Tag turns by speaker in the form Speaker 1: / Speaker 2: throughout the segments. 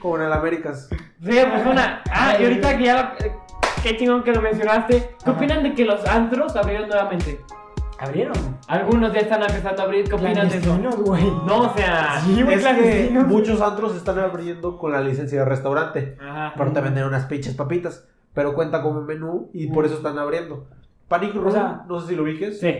Speaker 1: Como en el Américas.
Speaker 2: Sí, pues una. Ah, y ahorita que ya la- eh, Qué chingón que lo mencionaste. ¿Qué
Speaker 3: Ajá.
Speaker 2: opinan de que los antros abrieron nuevamente?
Speaker 3: Abrieron.
Speaker 2: Algunos ya están empezando a abrir. ¿Qué opinan de eso?
Speaker 3: Clandestinos, güey.
Speaker 2: No, o sea.
Speaker 3: Sí, güey,
Speaker 1: Es que
Speaker 3: clandestinos.
Speaker 1: muchos antros están abriendo con la licencia de restaurante.
Speaker 2: Ajá.
Speaker 1: Pero te venden unas pinches papitas. Pero cuenta como menú y por eso están abriendo. Panic Room,
Speaker 3: O sea,
Speaker 1: no sé si lo ubiques.
Speaker 2: Sí.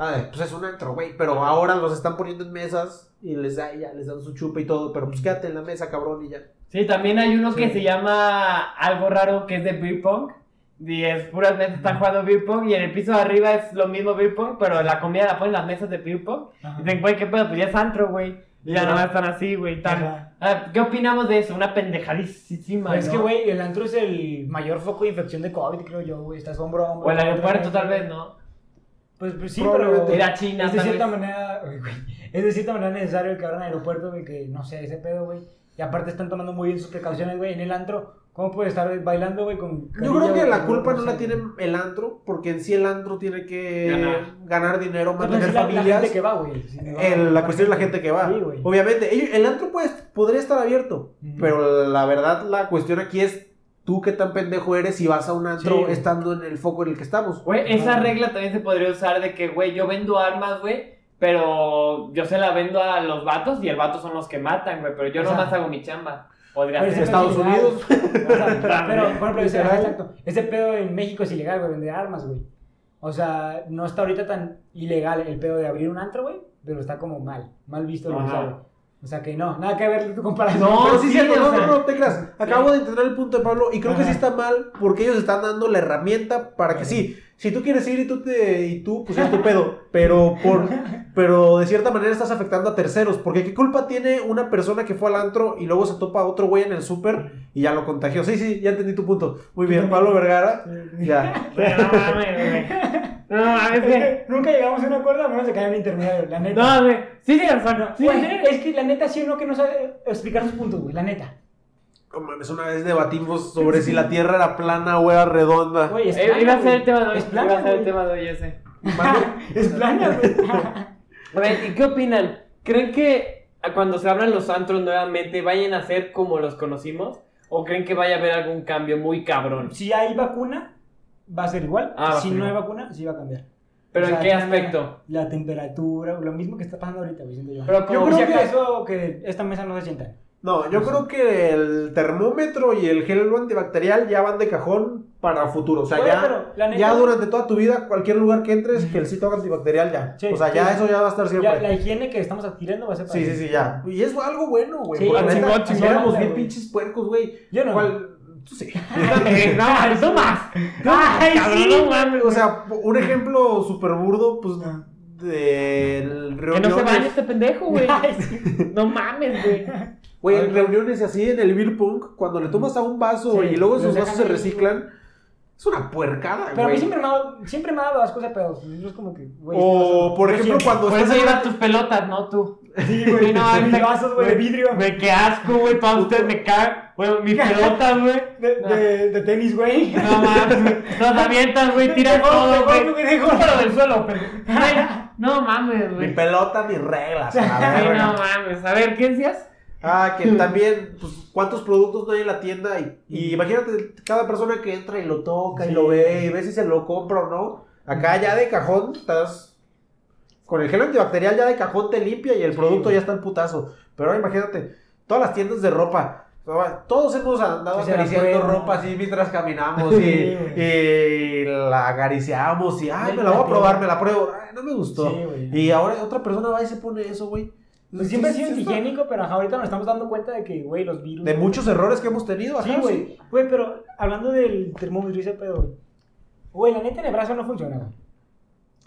Speaker 1: Ah, eh, pues es un antro, güey. Pero ahora los están poniendo en mesas y les, da, ya, les dan su chupa y todo. Pero pues quédate en la mesa, cabrón, y ya.
Speaker 2: Sí, también hay uno que
Speaker 3: Sí.
Speaker 2: se llama algo raro que es de beer pong. Y es puras mesas están jugando beer pong y en el piso de arriba es lo mismo beer pong, pero la comida la ponen en las mesas de beer pong.
Speaker 3: Ajá.
Speaker 2: Y dicen, güey, qué pedo, pues ya es antro, güey. Y ya
Speaker 3: Ajá.
Speaker 2: no van a estar así, güey, tal.
Speaker 3: Ajá. Pues
Speaker 2: Ah, ¿Qué opinamos de eso? Una pendejadísima,
Speaker 3: Es
Speaker 2: ¿no?
Speaker 3: que, güey, el antro es el mayor foco de infección de COVID, creo yo, güey. Estás hombro a hombro.
Speaker 2: O el aeropuerto tal vez, ¿no?
Speaker 3: Pues, pues sí,
Speaker 1: Probablemente.
Speaker 3: pero...
Speaker 2: Ir a China,
Speaker 3: Es de
Speaker 2: tal
Speaker 3: cierta
Speaker 2: vez.
Speaker 3: manera, uy, güey, es de cierta manera necesario que abran aeropuertos, güey, que no sé, ese pedo, güey. Y aparte están tomando muy bien sus precauciones, güey, en el antro. ¿Cómo puede estar bailando, güey, con
Speaker 1: Yo creo que la culpa no
Speaker 3: sé.
Speaker 1: la tiene el antro, porque en sí el antro tiene que
Speaker 2: Ganar.
Speaker 1: ganar, dinero,
Speaker 3: No, pero
Speaker 1: mantener
Speaker 3: pues sí la, la
Speaker 1: familias.
Speaker 3: gente que va, güey. Sí, va,
Speaker 1: El- la cuestión es la gente que va.
Speaker 3: Sí, güey.
Speaker 1: Obviamente, ellos- el antro pues, podría estar abierto,
Speaker 3: Ujú.
Speaker 1: pero la verdad la cuestión aquí es tú qué tan pendejo eres si vas a un antro
Speaker 3: güey.
Speaker 1: estando en el foco en el que estamos.
Speaker 2: Güey, eh, esa
Speaker 3: Ajá.
Speaker 2: regla también se podría usar de que, güey, yo vendo armas, güey, pero yo se la vendo a los vatos y el vato son los que matan, güey, pero yo
Speaker 3: O sea,
Speaker 2: nomás hago mi chamba. Podría
Speaker 3: Pero
Speaker 2: ser.
Speaker 3: ese
Speaker 1: en Estados
Speaker 3: pedo es
Speaker 1: Unidos.
Speaker 3: ilegal. O sea, pero, por ejemplo, ese,
Speaker 1: Literal.
Speaker 3: exacto, ese pedo en México es ilegal, güey, vender armas, güey. O sea, no está ahorita tan ilegal el pedo de abrir un antro, güey, pero está como mal, mal visto lo
Speaker 2: Ajá.
Speaker 3: que sea, güey. O sea que no, nada que ver tu comparación.
Speaker 2: No,
Speaker 1: Pero sí,
Speaker 2: sí,
Speaker 1: cierto,
Speaker 2: o
Speaker 1: no,
Speaker 2: sea,
Speaker 1: no, no te creas. Acabo de entender el punto de Pablo y creo que sí
Speaker 3: Ajá.
Speaker 1: está mal porque ellos están dando la herramienta para que
Speaker 3: Ajá.
Speaker 1: sí. Si tú quieres ir y tú te y tú pues es tu pedo, pero por pero de cierta manera estás afectando a terceros, porque qué culpa tiene una persona que fue al antro y luego se topa a otro güey en el súper y ya lo contagió. Sí, sí, ya entendí tu punto. Muy bien, Pablo Vergara. Ya.
Speaker 2: Güey, No mames, güey. No mames,
Speaker 3: Es
Speaker 2: güey.
Speaker 3: que nunca llegamos a un acuerdo a menos de que haya un intermediario, la neta.
Speaker 2: No, güey. Sí, sí, razón. Sí,
Speaker 3: Güey,
Speaker 2: sí.
Speaker 3: es que la neta sí o no que no sabe explicar sus puntos, güey, la neta.
Speaker 1: No mames, una vez debatimos sobre si la Tierra era plana o era redonda.
Speaker 3: Güey, es
Speaker 2: Eh,
Speaker 3: plana,
Speaker 2: iba a ser el
Speaker 3: güey.
Speaker 2: tema de hoy.
Speaker 3: Es plana,
Speaker 2: iba a ser el
Speaker 3: güey.
Speaker 2: tema de hoy ese.
Speaker 1: Mano,
Speaker 3: Es plana, güey.
Speaker 2: A ver, ¿y qué opinan? ¿Creen que cuando se abran los antros nuevamente vayan a ser como los conocimos? ¿O creen que vaya a haber algún cambio muy cabrón?
Speaker 3: si hay vacuna, va a ser igual.
Speaker 2: Ah, va a
Speaker 3: si
Speaker 2: ser
Speaker 3: no hay
Speaker 2: igual.
Speaker 3: vacuna, sí va a cambiar.
Speaker 2: ¿Pero
Speaker 3: O
Speaker 2: en
Speaker 3: sea,
Speaker 2: qué
Speaker 3: ya
Speaker 2: aspecto?
Speaker 3: La, la temperatura, lo mismo que está pasando ahorita, güey, siento yo.
Speaker 2: Pero
Speaker 3: yo
Speaker 2: como
Speaker 3: creo
Speaker 1: creo
Speaker 3: que
Speaker 1: que-
Speaker 3: acaso que esta mesa no se sienta.
Speaker 1: No, yo creo que el termómetro y el gel antibacterial ya van de cajón para futuro. O sea,
Speaker 3: Güey,
Speaker 1: ya,
Speaker 3: pero, la neta-
Speaker 1: ya durante toda tu vida, cualquier lugar que entres, que el sitio haga antibacterial ya.
Speaker 3: Sí,
Speaker 1: o sea, ya
Speaker 3: sí.
Speaker 1: eso ya va a estar siempre.
Speaker 3: Ya, la higiene que estamos adquiriendo va a ser para
Speaker 1: Sí, sí, sí, ya. Y es algo bueno, güey.
Speaker 3: Sí,
Speaker 1: porque la
Speaker 2: chingón,
Speaker 1: neta,
Speaker 2: chingón.
Speaker 1: si éramos bien
Speaker 3: güey.
Speaker 1: pinches puercos, güey.
Speaker 3: Yo no.
Speaker 1: ¿Cuál? Tú sí.
Speaker 3: Eh,
Speaker 2: no, eso más. Ay,
Speaker 3: Cabrón,
Speaker 2: sí,
Speaker 3: no
Speaker 2: mames.
Speaker 1: O sea, un ejemplo súper burdo, pues,
Speaker 3: Ah.
Speaker 1: del
Speaker 2: que no se bañe
Speaker 1: reuniones.
Speaker 2: este pendejo, güey.
Speaker 3: Ay, sí. Pues
Speaker 2: No mames, güey.
Speaker 1: Güey,
Speaker 3: Ay,
Speaker 1: en
Speaker 3: no.
Speaker 1: reuniones y así en el beer punk, cuando le tomas a un vaso
Speaker 3: Sí,
Speaker 1: y luego
Speaker 3: los
Speaker 1: esos
Speaker 3: dejan
Speaker 1: vasos se
Speaker 3: ahí,
Speaker 1: reciclan, es una puercada,
Speaker 3: Pero a
Speaker 1: güey.
Speaker 3: mí siempre me ha dado, siempre me ha dado asco ese pedo. No es como que, güey.
Speaker 1: O, por ejemplo, cuando
Speaker 2: Por
Speaker 1: estás
Speaker 2: eso
Speaker 1: en
Speaker 2: llevas
Speaker 1: una-
Speaker 2: tus pelotas, ¿no tú?
Speaker 3: Sí, güey.
Speaker 2: No, a mí
Speaker 3: de
Speaker 2: me-
Speaker 3: vasos, güey, de vidrio.
Speaker 2: Güey, qué asco, güey, para usted me caga. Güey, mis pelotas, güey.
Speaker 3: De, de, de tenis, güey.
Speaker 2: No mames, nos avientas, güey, tiras
Speaker 3: Dejó,
Speaker 2: todo,
Speaker 3: dejó,
Speaker 2: güey.
Speaker 3: dejó.
Speaker 2: Chúpalo del suelo, pero. Güey, No mames,
Speaker 1: Mi
Speaker 2: güey.
Speaker 1: pelota, mis reglas. a la
Speaker 2: Ay,
Speaker 1: verga.
Speaker 2: no mames. A ver, ¿qué decías?
Speaker 1: Ah,
Speaker 3: Hmm.
Speaker 1: que también, pues, cuántos productos no hay en la tienda y, y imagínate cada persona que entra y lo toca
Speaker 3: Sí. Hmm.
Speaker 1: y lo ve y ve si se lo compra o no. Acá ya de cajón estás con el gel antibacterial ya de cajón te limpia y el producto ya está en putazo. Pero ahora imagínate todas las tiendas de ropa. Todos hemos andado
Speaker 3: Que se la
Speaker 1: acariciando
Speaker 3: prueban.
Speaker 1: ropa así mientras caminamos y,
Speaker 3: Sí, güey.
Speaker 1: y la acariciamos y, ay,
Speaker 3: Del
Speaker 1: me la voy a
Speaker 3: platino.
Speaker 1: probar, me la pruebo. Ay, no me gustó.
Speaker 3: Sí, güey.
Speaker 1: y ahora otra persona va y se pone eso, güey.
Speaker 3: Pues siempre ha
Speaker 1: Sí,
Speaker 3: sido
Speaker 1: sí, está-
Speaker 3: higiénico, pero ajá, ahorita nos estamos dando cuenta de que, güey, los virus.
Speaker 1: de muchos errores que hemos tenido,
Speaker 3: Sí,
Speaker 1: ajá,
Speaker 3: güey. Güey, pero hablando del termómetro y ese pedo, güey. Güey, la neta, el brazo no funciona, güey.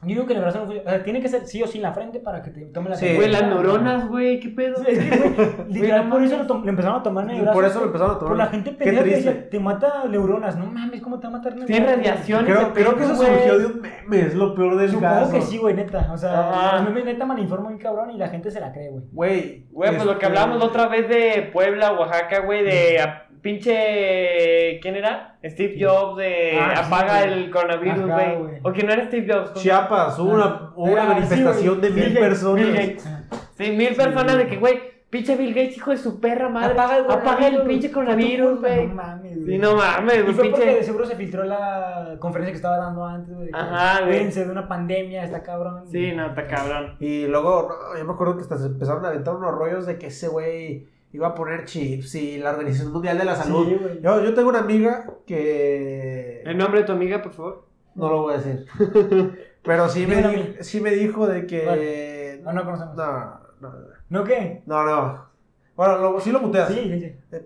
Speaker 3: Yo digo que el brazo no funciona. O sea, tiene que ser sí o sí en la frente para que te tome la
Speaker 1: Sí.
Speaker 3: temperatura.
Speaker 2: Güey, las neuronas, güey, ¿qué pedo?
Speaker 3: Es que, güey, literal,
Speaker 2: no
Speaker 3: por eso
Speaker 2: mames.
Speaker 3: lo, tom- lo empezaron a tomar en el
Speaker 1: Y
Speaker 3: brazo.
Speaker 1: por eso lo empezaron a tomar.
Speaker 3: Por la gente
Speaker 1: Qué
Speaker 3: pendeja que
Speaker 1: triste.
Speaker 3: decía, te mata neuronas. No mames, ¿cómo te va a matar neuronas?
Speaker 2: Tiene radiación.
Speaker 1: Creo, creo que eso
Speaker 2: Güey.
Speaker 1: surgió de un meme, es lo peor del
Speaker 3: Supongo
Speaker 1: caso.
Speaker 3: que sí, güey, neta. O sea,
Speaker 2: Ajá.
Speaker 3: los memes neta malinforma bien cabrón y la gente se la cree, güey.
Speaker 1: Güey,
Speaker 2: Güey, pues lo
Speaker 3: Este,
Speaker 2: que hablamos la otra vez de Puebla, Oaxaca, güey, de a- pinche. ¿Quién era? Steve Jobs, de
Speaker 3: Ah, sí,
Speaker 2: apaga
Speaker 3: güey.
Speaker 2: el coronavirus,
Speaker 3: Ajá,
Speaker 2: güey.
Speaker 3: güey.
Speaker 2: O que no era Steve Jobs. ¿cómo?
Speaker 1: Chiapas, hubo una, hubo una
Speaker 3: Ah, sí,
Speaker 1: manifestación
Speaker 3: güey.
Speaker 1: de mil
Speaker 3: Sí,
Speaker 1: personas.
Speaker 2: Bill Gates. Sí, mil personas de que, güey, Pinche Bill Gates, hijo de su perra madre.
Speaker 3: Apaga el,
Speaker 2: Apaga el
Speaker 3: coronavirus,
Speaker 2: pinche coronavirus,
Speaker 3: puta
Speaker 2: güey.
Speaker 3: No mames,
Speaker 2: Sí, no mames,
Speaker 3: Y
Speaker 2: güey.
Speaker 3: fue porque de
Speaker 2: Pinche.
Speaker 3: seguro se filtró la conferencia que estaba dando antes, güey. de que
Speaker 2: Ajá, güey.
Speaker 3: Cuídense de una pandemia, está cabrón.
Speaker 2: Sí, no, está cabrón.
Speaker 1: Y luego, no, yo me acuerdo que hasta se empezaron a aventar unos rollos de que ese güey iba a poner chips y la Organización Mundial de la Salud.
Speaker 3: Sí, güey.
Speaker 1: yo, yo tengo una amiga que...
Speaker 2: El nombre de tu amiga, por favor.
Speaker 1: No lo voy a decir. Pero sí me,
Speaker 3: Dímelo a
Speaker 1: di- sí me dijo de que...
Speaker 3: No, no conocemos. No.
Speaker 1: No, no,
Speaker 3: qué?
Speaker 1: no. no. Bueno, lo- sí lo muteas.
Speaker 3: Sí, sí, sí.
Speaker 1: Eh,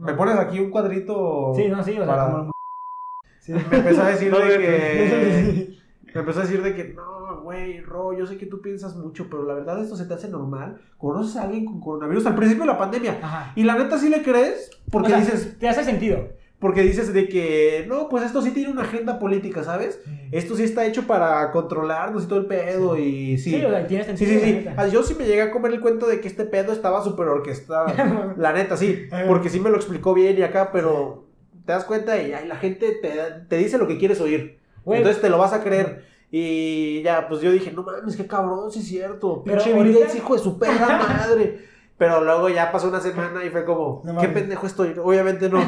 Speaker 1: Me pones aquí un cuadrito.
Speaker 3: Sí, no, sí, o sea,
Speaker 1: para-
Speaker 3: como... Sí.
Speaker 1: Me empezó a decir
Speaker 2: No,
Speaker 1: de
Speaker 2: güey,
Speaker 1: que. Me empezó a decir de que no, güey, Ro, yo sé que tú piensas mucho, pero la verdad esto se te hace normal. Conoces a alguien con coronavirus al principio de la pandemia.
Speaker 3: Ajá.
Speaker 1: Y la neta sí le crees porque
Speaker 3: O sea,
Speaker 1: dices,
Speaker 3: Te hace sentido.
Speaker 1: porque dices de que no, pues esto sí tiene una agenda política, ¿sabes? Esto sí está hecho para controlarnos y todo el pedo y sí.
Speaker 3: Sí, o sea, tiene
Speaker 1: Sí, sí,
Speaker 3: sentido. la
Speaker 1: sí.
Speaker 3: neta.
Speaker 1: Ah, Yo sí me llegué a comer el cuento de que este pedo estaba súper orquestado. La neta, sí.
Speaker 3: Ajá.
Speaker 1: Porque sí me lo explicó bien y acá, pero te das cuenta y ay, la gente te, te dice lo que quieres oír.
Speaker 3: Güey,
Speaker 1: Entonces te lo vas a creer. Y ya, pues yo dije, no mames, qué cabrón, sí es cierto.
Speaker 3: Pero
Speaker 1: Pinche Bill
Speaker 3: ahorita-
Speaker 1: Gates, hijo de su perra madre. Pero luego ya pasó una semana y fue como,
Speaker 3: No
Speaker 1: qué
Speaker 3: mames.
Speaker 1: pendejo estoy. Obviamente no.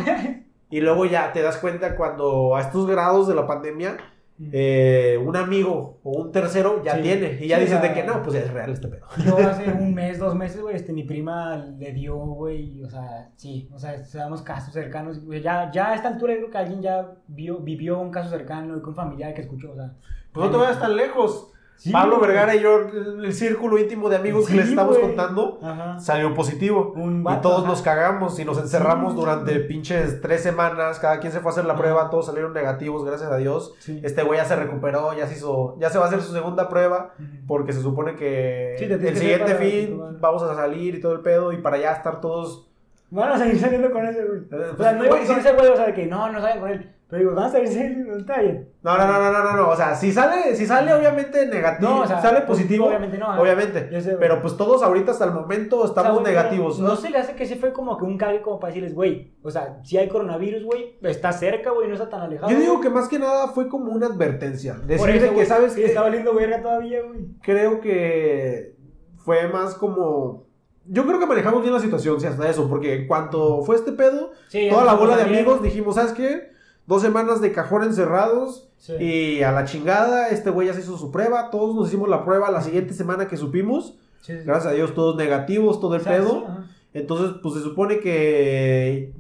Speaker 1: Y luego ya te das cuenta cuando a estos grados de la pandemia,
Speaker 3: Mm.
Speaker 1: eh, un amigo o un tercero ya
Speaker 3: Sí.
Speaker 1: tiene. Y ya
Speaker 3: Sí,
Speaker 1: dices
Speaker 3: o
Speaker 1: de
Speaker 3: sea,
Speaker 1: que no, pues es real este pedo.
Speaker 3: Yo hace un mes, dos meses, güey, este, mi prima le dio, güey, o sea, sí, o sea, sabemos casos cercanos, güey, ya, ya a esta altura yo creo que alguien ya vio, vivió un caso cercano y con un familiar que escuchó, o sea.
Speaker 1: Pues no te vayas tan lejos.
Speaker 3: Sí,
Speaker 1: Pablo
Speaker 3: güey.
Speaker 1: Vergara y yo, el círculo íntimo de amigos
Speaker 3: Sí,
Speaker 1: que les estamos
Speaker 3: güey.
Speaker 1: contando,
Speaker 3: Ajá.
Speaker 1: salió positivo.
Speaker 3: Un
Speaker 1: Y
Speaker 3: vato,
Speaker 1: todos
Speaker 3: ajá.
Speaker 1: nos cagamos y nos encerramos
Speaker 3: Sí.
Speaker 1: durante pinches tres semanas. Cada quien se fue a hacer la
Speaker 3: Ajá.
Speaker 1: prueba, todos salieron negativos, gracias a Dios.
Speaker 3: Sí.
Speaker 1: Este güey ya se recuperó, ya se hizo, ya se va a hacer su segunda prueba.
Speaker 3: Ujú.
Speaker 1: Porque se supone que
Speaker 3: Sí, te tienes
Speaker 1: el
Speaker 3: que
Speaker 1: siguiente
Speaker 3: preparar,
Speaker 1: fin
Speaker 3: probar.
Speaker 1: vamos a salir y todo el pedo. Y para ya estar todos.
Speaker 3: Van a seguir saliendo con ese, güey.
Speaker 1: Eh,
Speaker 3: O sea,
Speaker 1: pues,
Speaker 3: no digo
Speaker 1: güey,
Speaker 3: con
Speaker 1: sí.
Speaker 3: ese güey, o sea, de que no, no salgan con él. Pero digo, van a seguir saliendo, está bien.
Speaker 1: No, no, no, no, no, no. no. O sea, si sale, si sale obviamente negativo,
Speaker 3: No, o sea,
Speaker 1: sale positivo,
Speaker 3: obviamente no, ajá.
Speaker 1: obviamente.
Speaker 3: Yo sé, güey.
Speaker 1: pero pues todos ahorita hasta el momento estamos
Speaker 3: O sea, güey,
Speaker 1: negativos.
Speaker 3: pero No se le hace que se fue como que un cague como para decirles, güey, o sea, si hay coronavirus, güey, está cerca, güey, no está tan alejado.
Speaker 1: Yo digo
Speaker 3: güey.
Speaker 1: que más que nada fue como una advertencia.
Speaker 3: Por
Speaker 1: Decirle
Speaker 3: eso,
Speaker 1: que
Speaker 3: güey,
Speaker 1: sabes que
Speaker 3: está valiendo verga todavía, güey.
Speaker 1: creo que fue más como. Yo creo que manejamos bien la situación, si hasta eso, porque en cuanto fue este pedo,
Speaker 3: Sí,
Speaker 1: toda la
Speaker 3: nosotros
Speaker 1: bola de
Speaker 3: también.
Speaker 1: amigos dijimos, ¿sabes qué? Dos semanas de cajón encerrados
Speaker 3: Sí.
Speaker 1: y a la chingada, este güey ya se hizo su prueba, todos nos hicimos la prueba la siguiente semana que supimos,
Speaker 3: Sí, sí, sí.
Speaker 1: gracias a Dios todos negativos, todo el
Speaker 3: O sea,
Speaker 1: pedo.
Speaker 3: sí, ajá.
Speaker 1: Entonces, pues se supone que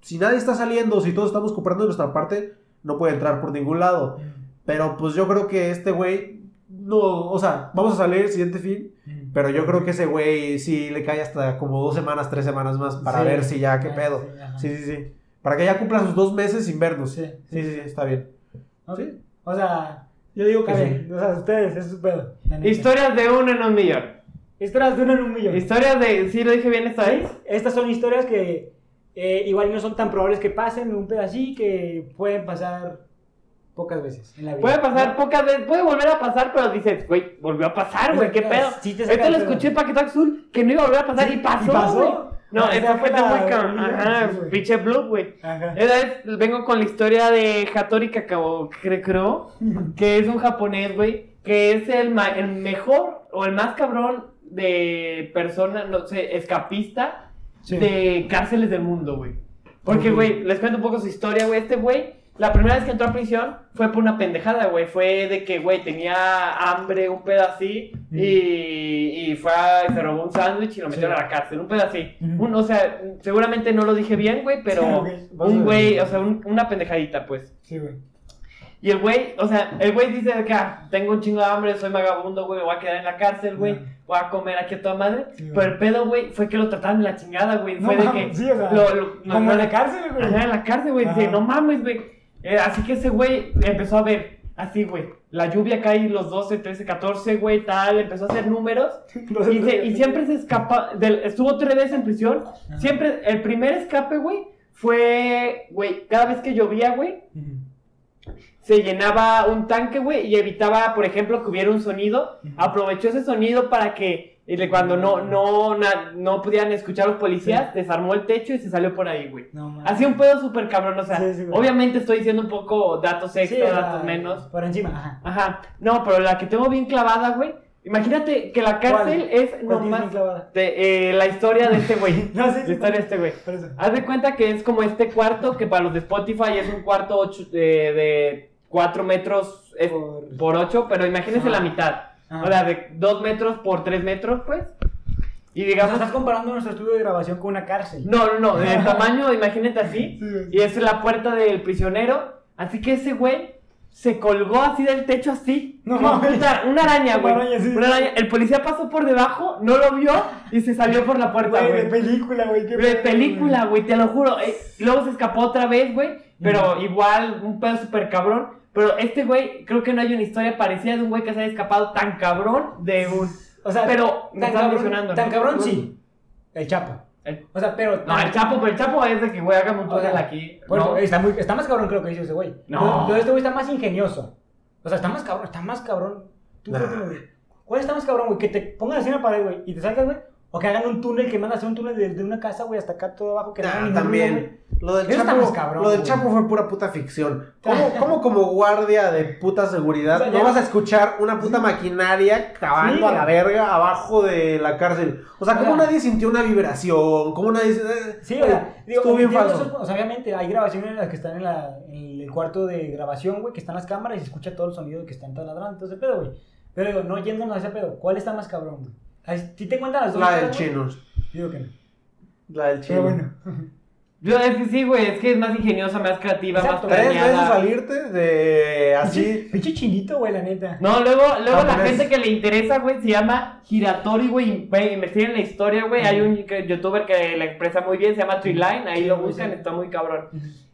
Speaker 1: si nadie está saliendo, si todos estamos comprando de nuestra parte, no puede entrar por ningún lado. Pero pues yo creo que este güey, no, o sea, vamos a salir el siguiente fin, pero yo creo que ese güey sí le cae hasta como dos semanas, tres semanas más para
Speaker 3: Sí.
Speaker 1: ver si ya qué
Speaker 3: Ah,
Speaker 1: pedo.
Speaker 3: sí, ajá.
Speaker 1: Sí, sí, sí. Para que ya cumpla sus dos meses sin vernos. Sí,
Speaker 3: Sí,
Speaker 1: sí, sí, está bien.
Speaker 3: ok.
Speaker 1: Sí.
Speaker 3: O sea,
Speaker 1: Yo digo que
Speaker 3: está
Speaker 1: sí.
Speaker 3: bien. O sea, ustedes, es su pedo. la neta.
Speaker 2: Historias de uno en un millón.
Speaker 3: Historias de uno en un millón.
Speaker 2: Historias de. ¿Sí lo dije bien esta vez?
Speaker 3: Estas son historias que eh, igual no son tan probables que pasen, un pedo así, que pueden pasar pocas veces en la vida.
Speaker 2: Puede pasar pocas veces, puede volver a pasar, pero dices, güey, volvió a pasar, güey, qué pedo.
Speaker 3: Sí te saca
Speaker 2: Esto lo
Speaker 3: de pedo.
Speaker 2: escuché en Paquete Azul, que no iba a volver a pasar, y pasó.
Speaker 3: ¿Y pasó?
Speaker 2: güey. No,
Speaker 3: Ah,
Speaker 2: esa
Speaker 3: esa
Speaker 2: fue
Speaker 3: fue
Speaker 2: la
Speaker 3: la-
Speaker 2: muy cabrón.
Speaker 3: la-
Speaker 2: Ajá,
Speaker 3: sí, güey.
Speaker 2: pinche blog, güey.
Speaker 3: Ajá.
Speaker 2: Esa vez vengo con la historia de Hattori Kakao, cre- creo, que es un japonés, güey, que es el, ma- el mejor o el más cabrón de persona, no sé, escapista
Speaker 3: Sí.
Speaker 2: de cárceles del mundo, güey. Porque,
Speaker 3: Ok.
Speaker 2: güey, les cuento un poco su historia, güey. Este güey, la primera vez que entró a prisión fue por una pendejada, güey. Fue de que, güey, tenía hambre, un pedo así,
Speaker 3: Mm.
Speaker 2: y, y fue a- se robó un sándwich y lo
Speaker 3: Sí.
Speaker 2: metieron a la cárcel, un pedo así.
Speaker 3: Ujú.
Speaker 2: Un- o sea, seguramente no lo dije bien, güey, pero
Speaker 3: Ok, vas a
Speaker 2: un
Speaker 3: ver.
Speaker 2: güey, o sea, un- una pendejadita, pues.
Speaker 3: Sí, güey.
Speaker 2: Y el güey, o sea, el güey dice de que ah, tengo un chingo de hambre, soy vagabundo, güey, voy a quedar en la cárcel, güey,
Speaker 3: Ajá.
Speaker 2: voy a comer aquí a toda madre.
Speaker 3: Sí, güey.
Speaker 2: Pero el pedo, güey, fue que lo trataban de la chingada, güey.
Speaker 3: No
Speaker 2: fue de
Speaker 3: mames,
Speaker 2: que.
Speaker 3: sí, o sea,
Speaker 2: lo- lo- no,
Speaker 3: Como
Speaker 2: no,
Speaker 3: en la cárcel, güey.
Speaker 2: Ajá, en la cárcel, güey. Dice,
Speaker 3: Ajá.
Speaker 2: no mames, güey. Eh, así que ese güey empezó a ver, así, güey. La lluvia cae los 12, 13, 14, güey, tal. Empezó a hacer números.
Speaker 3: Los
Speaker 2: y, se-
Speaker 3: otros-
Speaker 2: y siempre se escapa. del- estuvo tres veces en prisión.
Speaker 3: Ajá.
Speaker 2: Siempre, el primer escape, güey, fue, güey, cada vez que llovía, güey,
Speaker 3: Ujú.
Speaker 2: se llenaba un tanque, güey, y evitaba, por ejemplo, que hubiera un sonido.
Speaker 3: Ujú.
Speaker 2: Aprovechó ese sonido para que eh, cuando no, no, na- no pudieran escuchar los policías, desarmó el techo y se salió por ahí, güey.
Speaker 3: No, mames.
Speaker 2: Así un pedo súper cabrón, o sea,
Speaker 3: Sí, sí, güey.
Speaker 2: obviamente estoy diciendo un poco datos
Speaker 3: Sí,
Speaker 2: extra,
Speaker 3: o sea,
Speaker 2: datos menos.
Speaker 3: Por encima, ajá.
Speaker 2: Ajá, no, pero la que tengo bien clavada, güey, Imagínate que la cárcel es
Speaker 3: ¿Cuál tienes bien
Speaker 2: nomás
Speaker 3: clavada?
Speaker 2: de, eh, la historia de este güey.
Speaker 3: No sé.
Speaker 2: la historia de este güey.
Speaker 3: Por eso.
Speaker 2: Haz de cuenta que es como este cuarto que para los de Spotify es un cuarto ocho, eh, de 4 metros eh,
Speaker 3: Por-
Speaker 2: por 8, pero imagínense
Speaker 3: Ajá.
Speaker 2: la mitad.
Speaker 3: Ah.
Speaker 2: O sea, de 2 metros por 3 metros, pues. Y
Speaker 3: O sea,
Speaker 2: digamos.
Speaker 3: estás comparando nuestro estudio de grabación con una cárcel.
Speaker 2: No, no, no, el tamaño, imagínate así.
Speaker 3: Sí.
Speaker 2: Y es la puerta del prisionero. Así que ese güey se colgó así del techo, así.
Speaker 3: No
Speaker 2: Como
Speaker 3: mames.
Speaker 2: puta, Una araña,
Speaker 3: Una
Speaker 2: güey. Una
Speaker 3: araña, sí.
Speaker 2: araña. El policía pasó por debajo, no lo vio y se salió por la puerta,
Speaker 3: Güey,
Speaker 2: güey.
Speaker 3: de película, güey. qué
Speaker 2: De
Speaker 3: pedo,
Speaker 2: película, güey, te lo juro. Eh, luego se escapó otra vez, güey. Pero igual, un pedo súper cabrón. Pero este güey, creo que no hay una historia parecida de un güey que se haya escapado tan cabrón de un.
Speaker 3: O sea,
Speaker 2: Pero me
Speaker 3: tan
Speaker 2: estás
Speaker 3: cabrón,
Speaker 2: mencionando,
Speaker 3: tan
Speaker 2: ¿no?
Speaker 3: cabrón sí. El Chapo.
Speaker 2: El-
Speaker 3: O sea, pero.
Speaker 2: No, el Chapo, pero el Chapo es de que, güey, hágame un
Speaker 3: O sea,
Speaker 2: túnel aquí.
Speaker 3: Bueno,
Speaker 2: no.
Speaker 3: está, muy, está más cabrón que lo que hizo ese güey.
Speaker 2: No.
Speaker 3: Pero- Pero este güey está más ingenioso. O sea, está más cabrón, está más cabrón. ¿Tú qué
Speaker 1: Nah.
Speaker 3: opinas, güey? ¿Cuál está más cabrón, güey? Que te pongan así en la pared, güey, y te salgas, güey. O que hagan un túnel, que mandan a hacer un túnel de, de una casa, güey, hasta acá todo abajo. Que no hagan
Speaker 1: Ah,
Speaker 3: ningún ruido, güey.
Speaker 1: también. Lo del,
Speaker 3: Eso está
Speaker 1: chapo,
Speaker 3: más cabrón,
Speaker 1: lo del
Speaker 3: güey.
Speaker 1: Chapo fue pura puta ficción. ¿Cómo, cómo como guardia de puta seguridad
Speaker 3: O sea,
Speaker 1: no
Speaker 3: ya-
Speaker 1: vas a escuchar una puta maquinaria cavando
Speaker 3: Sí,
Speaker 1: a la
Speaker 3: güey.
Speaker 1: verga abajo de la cárcel? O sea, ¿cómo
Speaker 3: O sea-
Speaker 1: nadie sintió una vibración? ¿Cómo nadie... eh,
Speaker 3: Sí, o sea, digo,
Speaker 1: estuvo bien
Speaker 3: entiendo
Speaker 1: falso.
Speaker 3: esos- o sea, obviamente hay grabaciones en las que están en, la- en el cuarto de grabación, güey, que están las cámaras y se escucha todo el sonido que están taladrando, todo ese pedo, güey. Pero digo, no yéndonos a ese pedo, ¿cuál está más cabrón, güey? Ay, Si te cuentan las dos.
Speaker 1: La
Speaker 3: historias,
Speaker 1: del
Speaker 3: güey,
Speaker 1: chino.
Speaker 3: Digo que no.
Speaker 1: La del chino.
Speaker 3: Pero bueno.
Speaker 2: Yo es que sí, güey, es que es más ingeniosa, más creativa,
Speaker 3: Exacto.
Speaker 2: más
Speaker 1: Tres veces
Speaker 2: planeada.
Speaker 1: salirte de así...
Speaker 3: Pinche chinito, güey, la neta.
Speaker 2: No, luego, luego la
Speaker 1: Japonés.
Speaker 2: gente que le interesa, güey, se llama Giratori, güey, ve, investiguen la historia, güey. Hay un que- youtuber que la expresa muy bien, se llama Treeline, ahí
Speaker 3: Sí,
Speaker 2: lo
Speaker 3: sí,
Speaker 2: buscan,
Speaker 3: sí.
Speaker 2: está muy cabrón.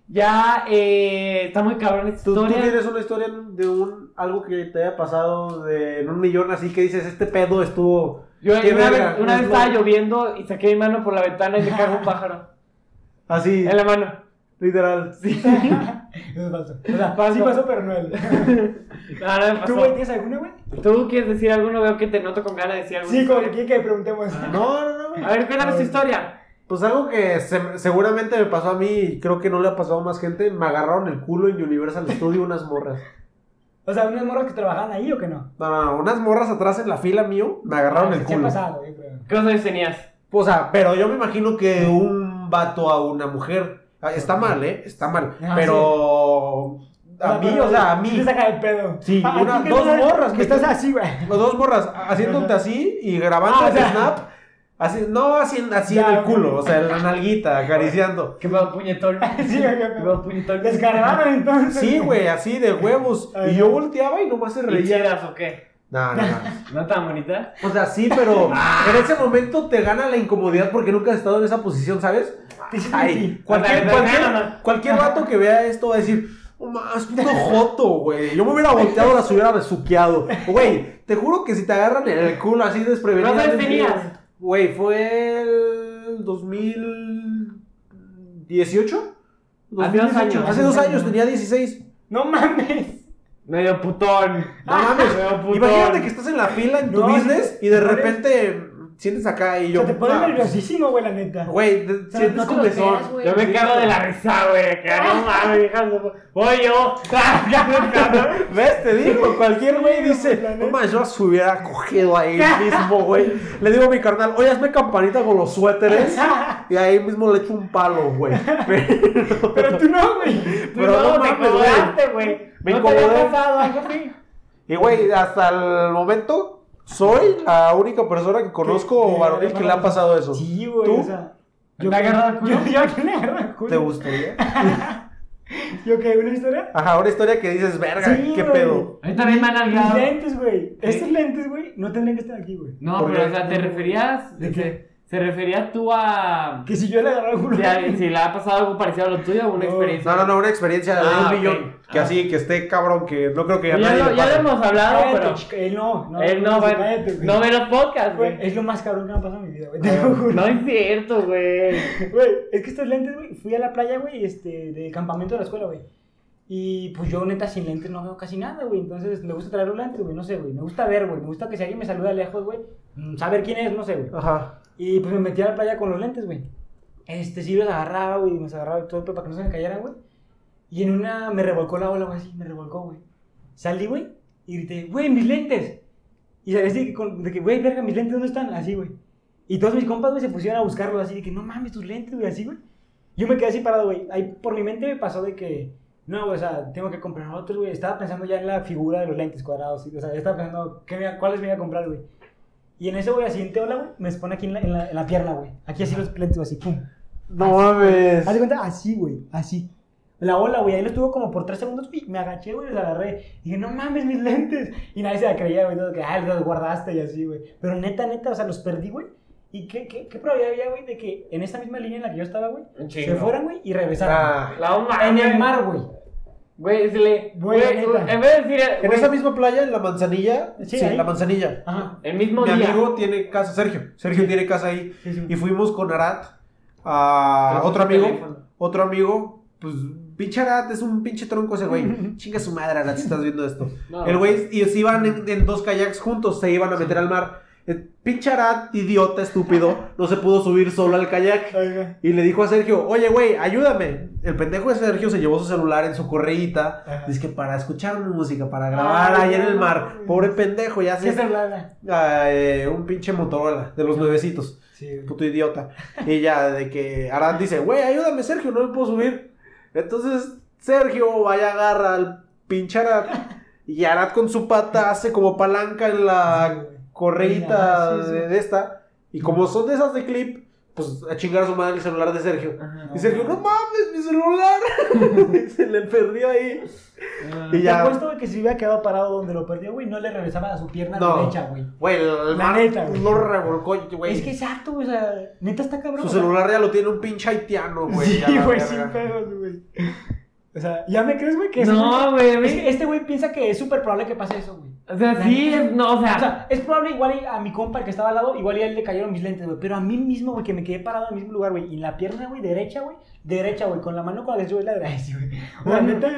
Speaker 2: Ya, eh, está muy cabrón esta
Speaker 1: ¿Tú, tú
Speaker 2: historia.
Speaker 1: tienes una historia de un algo que te haya pasado de, en un millón así que dices, este pedo estuvo...
Speaker 2: Yo
Speaker 1: Qué
Speaker 2: una
Speaker 1: verga,
Speaker 2: vez, una vez
Speaker 1: es
Speaker 2: estaba
Speaker 1: lo-
Speaker 2: lloviendo y saqué mi mano por la ventana y me cago un pájaro
Speaker 1: Así,
Speaker 2: en la mano.
Speaker 1: literal. Sí.
Speaker 3: Eso es falso. O sea,
Speaker 2: Falso.
Speaker 3: sí pasó, pero no él.
Speaker 2: No, no me
Speaker 3: ¿Tú, güey,
Speaker 2: pasó.
Speaker 3: tienes alguna, güey?
Speaker 2: ¿Tú quieres decir alguno? Veo que te noto con ganas de decir algo.
Speaker 3: Sí, con el que preguntemos.
Speaker 2: Ah.
Speaker 1: No, no, no.
Speaker 2: A ver, cuéntame
Speaker 3: A
Speaker 2: tu
Speaker 3: ver.
Speaker 2: historia.
Speaker 1: Pues algo que se- seguramente me pasó a mí y creo que no le ha pasado a más gente, me agarraron el culo en Universal Studio unas morras.
Speaker 3: O sea, unas morras que trabajaban ahí o que no. Ah,
Speaker 1: No, no, no, unas morras atrás en la fila mío me agarraron el
Speaker 3: ¿Qué ha
Speaker 1: culo.
Speaker 3: pasado, yo creo.
Speaker 2: ¿Cuántos años tenías?
Speaker 1: O sea, pero yo me imagino que un vato a una mujer ah, está mal, ¿eh? Está mal.
Speaker 3: Ah,
Speaker 1: Pero a mí, o sea, a
Speaker 3: Sí
Speaker 1: mí.
Speaker 3: Te saca de pedo.
Speaker 1: Sí,
Speaker 3: Ah,
Speaker 1: una-
Speaker 3: ¿tú qué
Speaker 1: dos
Speaker 3: tal?
Speaker 1: morras
Speaker 3: Que
Speaker 1: me-
Speaker 3: estás así, güey.
Speaker 1: Los dos morras haciéndote
Speaker 3: Ajá.
Speaker 1: así y grabando
Speaker 3: Ah, o
Speaker 1: el
Speaker 3: sea.
Speaker 1: snap. Así, no, así, en- así
Speaker 3: Ya,
Speaker 1: en el culo, o
Speaker 3: güey.
Speaker 1: sea, en la nalguita, acariciando.
Speaker 2: Que me da un puñetón.
Speaker 3: Sí, güey,
Speaker 2: Que
Speaker 3: qué
Speaker 2: me da
Speaker 3: pedo.
Speaker 2: un puñetón.
Speaker 3: Descargaron entonces.
Speaker 1: Sí, güey, así de huevos.
Speaker 3: Ay,
Speaker 1: y yo
Speaker 3: no.
Speaker 1: volteaba y nomás se
Speaker 2: ¿Y
Speaker 1: reía.
Speaker 2: chidas o qué?
Speaker 1: No, no, no.
Speaker 2: ¿No tan bonita?
Speaker 1: O sea, sí, pero en ese momento te gana la incomodidad porque nunca has estado en esa posición, ¿sabes?
Speaker 3: Te sientes
Speaker 1: Ay,
Speaker 3: así.
Speaker 1: cualquier,
Speaker 2: Cuando-
Speaker 1: cualquier, cualquier vato que vea esto va a decir, "No más puto joto, güey. Yo me hubiera volteado, las hubiera besuqueado. Güey, te juro que si te agarran en el culo así desprevenido.
Speaker 2: ¿Cuántos años tenías?
Speaker 1: Güey, fue el 2018.
Speaker 2: Hace dos
Speaker 1: 2018.
Speaker 2: años.
Speaker 1: Hace dos años tenía 16.
Speaker 3: No mames.
Speaker 2: Medio putón.
Speaker 1: No mames,
Speaker 2: Medio putón.
Speaker 1: Ah. imagínate que estás en la fila en tu
Speaker 3: No,
Speaker 1: business
Speaker 3: sí,
Speaker 1: y de
Speaker 3: no,
Speaker 1: repente sientes acá y
Speaker 3: O
Speaker 1: yo.
Speaker 3: sea, te pones
Speaker 1: ah,
Speaker 3: nerviosísimo, güey, la neta.
Speaker 1: Güey, te-
Speaker 3: sea,
Speaker 1: sientes
Speaker 3: no te lo
Speaker 1: comezón.
Speaker 3: esperas,
Speaker 2: Yo me cago de la risa, güey. Que ah, no mames, hija de su- Voy yo. Ah,
Speaker 1: ¿Ves? Te digo, cualquier güey
Speaker 3: Sí,
Speaker 1: dice,
Speaker 3: la neta.
Speaker 1: no mames, yo las hubiera cogido ahí mismo, güey. Le digo a mi carnal, oye, hazme campanita con los suéteres.
Speaker 3: Ah,
Speaker 1: Y ahí mismo le echo un palo, güey. Pero,
Speaker 3: Pero tú no, güey.
Speaker 1: pero no
Speaker 2: te
Speaker 1: mames,
Speaker 2: acomodaste, güey.
Speaker 1: Me
Speaker 2: ¿No te había
Speaker 1: incomodé.
Speaker 2: pasado algo así?
Speaker 1: Y güey, hasta el momento soy la única persona que conozco
Speaker 3: Que-
Speaker 1: o varonil que le ha pasado eso.
Speaker 3: Sí, güey.
Speaker 1: ¿Tú?
Speaker 3: O sea,
Speaker 2: ¿Te ha agarrado el culo?
Speaker 3: Yo, yo, ¿a quién le agarro el culo?
Speaker 1: ¿Te gustaría?
Speaker 3: ¿Yo qué? ¿Una historia?
Speaker 1: Ajá, una historia que dices, verga,
Speaker 3: Sí,
Speaker 1: qué
Speaker 3: güey.
Speaker 1: pedo.
Speaker 2: A mí también me han
Speaker 3: Mis
Speaker 2: algado.
Speaker 3: lentes, güey. Estos lentes, güey, no tendrían que estar aquí, güey.
Speaker 2: No,
Speaker 1: ¿Por
Speaker 2: pero
Speaker 1: qué?
Speaker 2: o sea, te referías.
Speaker 3: ¿De
Speaker 2: se-
Speaker 3: qué?
Speaker 2: Se refería tú a.
Speaker 3: Que si yo le agarraba el culo.
Speaker 2: Si, a- si le ha pasado algo parecido a lo tuyo, una
Speaker 3: No.
Speaker 2: experiencia.
Speaker 1: No, no, no, una experiencia de
Speaker 2: Ah,
Speaker 1: un
Speaker 2: ok.
Speaker 1: millón. Que
Speaker 2: Ah.
Speaker 1: así, que esté cabrón, que no creo que a
Speaker 2: Ya,
Speaker 1: nadie
Speaker 2: lo,
Speaker 1: le
Speaker 2: ya lo
Speaker 1: pase.
Speaker 2: hemos hablado,
Speaker 3: Cállate,
Speaker 2: pero.
Speaker 3: chica, Él no, no.
Speaker 2: él no, va,
Speaker 3: cállate, güey.
Speaker 2: no ve los podcasts,
Speaker 3: Güey,
Speaker 2: güey. Ah,
Speaker 3: Es lo más cabrón que me ha pasado en mi vida, güey. Te lo juro.
Speaker 2: No es cierto, güey.
Speaker 3: Güey, es que estos lentes, güey, fui a la playa, güey, este, de campamento de la escuela, güey. Y pues yo, neta, sin lentes no veo casi nada, güey. Entonces me gusta traer los lentes, güey, no sé, güey. Me gusta ver, güey. Me gusta que si alguien me saluda lejos, güey, mm, saber quién es, no sé, güey.
Speaker 1: Ajá.
Speaker 3: Y pues me metí a la playa con los lentes, güey. Este, sí los agarraba, güey, me agarraba y todo, pero para que no se me cayeran, güey. Y en una me revolcó la ola, güey, así, me revolcó, güey. Salí, güey, y grité, güey, mis lentes. Y salí así, con- de que, güey, verga, mis lentes, ¿dónde están? Así, güey. Y todos mis compas, güey, se pusieron a buscarlo así, de que, no mames, tus lentes, güey, así, güey. Yo me quedé así parado, güey. Ahí por mi mente me pasó de que, no, güey, o sea, tengo que comprar otros, güey. Estaba pensando ya en la figura de los lentes cuadrados, sí, o sea, ya estaba pensando qué me- cuáles me iba a comprar, güey. Y en eso, güey, así en teola, güey, me expone aquí en la, en la- en la pierna, güey. Aquí así los lentes, güey, así, pum.
Speaker 1: No mames.
Speaker 3: Haz de cuenta, así, güey, así. La ola, güey, ahí lo estuvo como por tres segundos, y me agaché, güey, los agarré. Y dije, no mames, mis lentes. Y nadie se la creía, güey, todo que, ah, los guardaste y así, güey. Pero neta, neta, o sea, los perdí, güey. ¿Y qué, qué, qué probabilidad había, güey, de que en esa misma línea en la que yo estaba, güey,
Speaker 2: Un
Speaker 3: se
Speaker 2: chingo.
Speaker 3: fueran, güey, y regresaran?
Speaker 1: Ah,
Speaker 2: La mamá.
Speaker 3: en el mar, güey.
Speaker 2: Güey, se le.
Speaker 3: Güey,
Speaker 2: Güey,
Speaker 3: neta.
Speaker 2: en vez de decir.
Speaker 1: en
Speaker 2: güey,
Speaker 1: esa misma playa, en la manzanilla.
Speaker 3: Sí,
Speaker 1: Sí,
Speaker 3: ahí.
Speaker 1: la manzanilla.
Speaker 3: Ajá.
Speaker 2: El mismo
Speaker 1: Mi
Speaker 2: día.
Speaker 1: amigo tiene casa, Sergio. Sergio tiene casa ahí.
Speaker 3: Sí, sí.
Speaker 1: Y fuimos con Arat a
Speaker 2: Pero fue
Speaker 1: otro
Speaker 2: por
Speaker 1: amigo.
Speaker 2: teléfono.
Speaker 1: Otro amigo. Pues, pinche Arat es un pinche tronco ese güey. Chinga su madre, Arat, si estás viendo esto.
Speaker 2: No.
Speaker 1: El güey, y se iban en, en dos kayaks juntos, se iban a meter al mar. El pinche Arat, idiota, estúpido, no se pudo subir solo al kayak.
Speaker 3: Ajá.
Speaker 1: Y le dijo a Sergio, oye, güey, ayúdame. El pendejo de Sergio se llevó su celular en su correíta.
Speaker 3: Ajá.
Speaker 1: Dice que para escuchar música, para grabar
Speaker 3: Ay,
Speaker 1: ahí en el
Speaker 3: no,
Speaker 1: mar.
Speaker 3: güey.
Speaker 1: Pobre pendejo, ya
Speaker 3: Sí,
Speaker 1: se...
Speaker 3: esa es la-
Speaker 1: Ah, eh, un pinche Motorola de los nuevecitos
Speaker 3: Sí, güey.
Speaker 1: puto idiota. Y ya, de que Arad dice, güey, ayúdame, Sergio, no me puedo subir. Entonces, Sergio vaya, agarra al pinche Arad. Y Arad con su pata hace como palanca en
Speaker 3: Sí,
Speaker 1: la
Speaker 3: güey.
Speaker 1: correita
Speaker 3: Sí, sí.
Speaker 1: de, de esta. Y como son de esas de clip, pues a chingar a su madre el celular de Sergio.
Speaker 2: Ajá.
Speaker 1: Y Sergio, no mames, mi celular. Y se le perdió ahí.
Speaker 2: Ah.
Speaker 1: Y
Speaker 3: Te
Speaker 1: ya.
Speaker 3: apuesto güey, que si hubiera quedado parado donde lo perdió, güey, no le regresaba a su pierna
Speaker 1: No.
Speaker 3: derecha, güey.
Speaker 1: Güey, el
Speaker 3: La
Speaker 1: mar
Speaker 3: neta, güey.
Speaker 1: lo revolcó, güey.
Speaker 3: Es que exacto, güey, o sea, neta está cabrón.
Speaker 1: Su
Speaker 3: o sea.
Speaker 1: celular ya lo tiene un pinche haitiano, güey. ya
Speaker 3: sí,
Speaker 1: la
Speaker 3: güey,
Speaker 1: verga.
Speaker 3: sin pedos, güey. O sea, ¿ya me crees, güey? Que ese
Speaker 2: No, güey. a
Speaker 3: Es
Speaker 2: mí-
Speaker 3: que este güey piensa que es súper probable que pase eso, güey.
Speaker 2: O sea, sí, es. No, o
Speaker 3: O
Speaker 2: sea.
Speaker 3: sea, es probable igual y a mi compa, el que estaba al lado, igual y a él le cayeron mis lentes, güey. Pero a mí mismo, güey, que me quedé parado en el mismo lugar, güey. Y en la pierna, güey, derecha, güey. Derecha, güey. Con la mano con la que sube la derecha, güey. O sea,
Speaker 2: Uno-
Speaker 3: neta.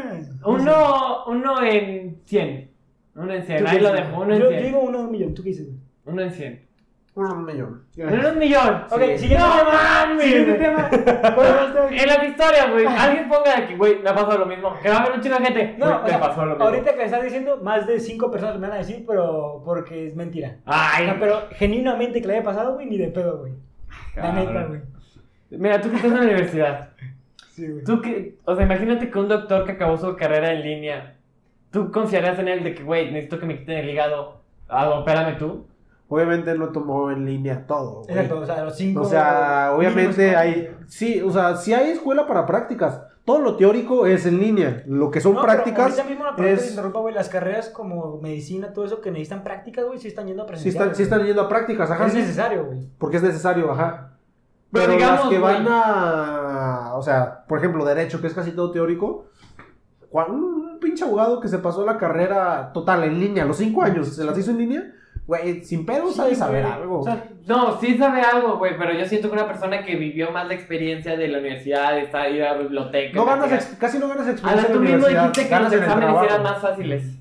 Speaker 2: Uno, uno en 100. Uno en 100. Ahí lo dejo. Uno
Speaker 3: yo,
Speaker 2: en
Speaker 3: yo
Speaker 2: 100.
Speaker 3: digo uno de un millón. ¿Tú qué dices, güey?
Speaker 2: Uno en 100.
Speaker 1: Un millón.
Speaker 2: Uno en un millón.
Speaker 3: Ok,
Speaker 2: Sí.
Speaker 3: siguiente
Speaker 2: no,
Speaker 3: tema.
Speaker 2: mames.
Speaker 3: Siguiente tema. ¿Cuál es este, güey?
Speaker 2: En las historias, güey. Alguien ponga de que, güey, me ha pasado lo mismo. Que va a haber un chingo de gente.
Speaker 3: No,
Speaker 2: Güey,
Speaker 3: o
Speaker 2: me
Speaker 3: sea,
Speaker 2: pasó lo mismo.
Speaker 3: ahorita que le estás diciendo, más de cinco personas me van a decir, pero porque es mentira. O
Speaker 2: Ay,
Speaker 3: sea, pero genuinamente que le haya pasado, güey, ni de pedo, güey. La
Speaker 2: cabrón.
Speaker 3: neta, güey.
Speaker 2: Mira, tú que estás en la universidad.
Speaker 3: Sí, güey.
Speaker 2: Tú que. O sea, imagínate que un doctor que acabó su carrera en línea. Tú confiarías en él de que, güey, necesito que me quiten el hígado. Ah, opérame tú.
Speaker 1: Obviamente lo tomó en línea todo. güey.
Speaker 3: Exacto, o sea, los cinco.
Speaker 1: O sea, obviamente
Speaker 3: mínimos,
Speaker 1: hay. Sí, o sea, sí hay escuela para prácticas. Todo lo teórico es en línea. Lo que son
Speaker 3: No, pero
Speaker 1: prácticas.
Speaker 3: ahorita mismo la pregunta que
Speaker 1: Es,
Speaker 3: interrumpa, güey, las carreras como medicina, todo eso que necesitan prácticas, güey, sí están yendo a
Speaker 1: sí,
Speaker 3: presencial.
Speaker 1: están, sí están yendo a prácticas, ajá.
Speaker 3: Es necesario, güey.
Speaker 1: Porque es necesario, ajá.
Speaker 2: Pero
Speaker 1: Pero,
Speaker 2: digamos,
Speaker 1: las que van
Speaker 2: güey.
Speaker 1: a. O sea, por ejemplo, derecho, que es casi todo teórico. Juan- Un, un pinche abogado que se pasó la carrera total en línea, a los cinco años, se las hizo en línea. Güey, sin pedo sabe
Speaker 3: Sí,
Speaker 1: saber
Speaker 3: güey.
Speaker 1: algo.
Speaker 3: O sea,
Speaker 2: No, sí sabe algo, güey, pero yo siento que una persona que vivió más la experiencia de la universidad, de estar, ir a la biblioteca.
Speaker 1: no ganas,
Speaker 2: practicar-
Speaker 1: ex- casi no ganas
Speaker 2: Ahora
Speaker 1: experiencia. en
Speaker 2: tú
Speaker 1: la
Speaker 2: mismo
Speaker 1: universidad,
Speaker 2: dijiste que
Speaker 1: ganas
Speaker 2: los
Speaker 1: en el
Speaker 2: exámenes
Speaker 1: trabajo.
Speaker 2: eran más fáciles.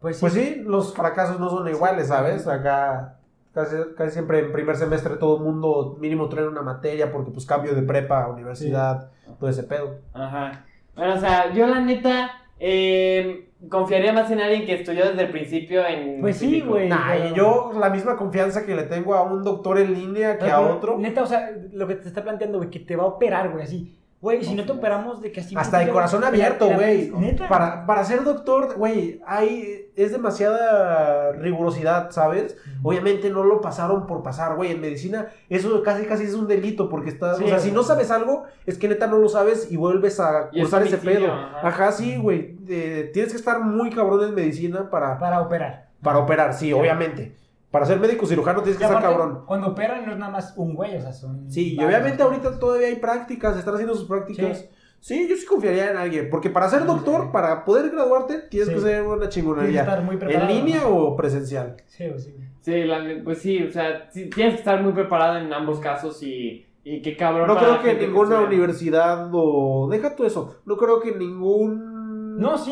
Speaker 3: Pues sí.
Speaker 1: Pues sí, los fracasos no son iguales, ¿sabes? Acá casi, casi siempre en primer semestre todo el mundo mínimo trae una materia porque pues cambio de prepa a universidad, todo ese pedo.
Speaker 2: Ajá. Bueno, o sea, yo la neta eh, confiaría más en alguien que estudió desde el principio en.
Speaker 3: Pues sí,
Speaker 2: físico.
Speaker 3: güey.
Speaker 1: Nah,
Speaker 3: pero-
Speaker 1: y yo la misma confianza que le tengo a un doctor en línea que a
Speaker 3: Pero,
Speaker 1: otro,
Speaker 3: Neta, o sea, lo que te está planteando, güey, que te va a operar, güey, así. Güey, si no te operamos de que así.
Speaker 1: hasta de corazón abierto,
Speaker 3: Mira,
Speaker 1: güey.
Speaker 3: Neta.
Speaker 1: Para, para ser doctor, güey, hay, es demasiada rigurosidad, ¿sabes? Obviamente no lo pasaron por pasar, güey. En medicina eso casi casi es un delito porque estás...
Speaker 3: Sí,
Speaker 1: o sea,
Speaker 3: güey.
Speaker 1: si no sabes algo, es que neta no lo sabes y vuelves a
Speaker 2: Y es
Speaker 1: cursar ese
Speaker 2: homicidio,
Speaker 1: pedo.
Speaker 2: ajá.
Speaker 1: Ajá, sí, güey. eh, tienes que estar muy cabrón en medicina para,
Speaker 3: Para operar.
Speaker 1: para operar, sí, obviamente. Para ser médico cirujano tienes que
Speaker 3: Y
Speaker 1: estar
Speaker 3: aparte,
Speaker 1: cabrón.
Speaker 3: Cuando operan no es nada más un güey, o sea, son.
Speaker 1: Sí, y
Speaker 3: varios.
Speaker 1: obviamente ahorita todavía hay prácticas, están haciendo sus prácticas.
Speaker 3: Sí.
Speaker 1: Sí. yo sí confiaría en alguien, porque para ser doctor,
Speaker 3: Sí.
Speaker 1: para poder graduarte, tienes
Speaker 3: Sí.
Speaker 1: que ser una
Speaker 3: Tienes que
Speaker 1: chingonería.
Speaker 3: estar muy
Speaker 1: ¿En
Speaker 3: preparado.
Speaker 1: línea
Speaker 3: ¿no?
Speaker 1: o presencial?
Speaker 3: Sí, güey, sí, güey.
Speaker 2: Sí, la ne- pues sí, o sea, sí, tienes que estar muy preparado en ambos casos y, y qué cabrón.
Speaker 1: No
Speaker 2: para la
Speaker 1: creo que
Speaker 2: gente
Speaker 1: ninguna
Speaker 2: estudia.
Speaker 1: universidad o. Deja tú eso. No creo que ningún
Speaker 3: No, sí.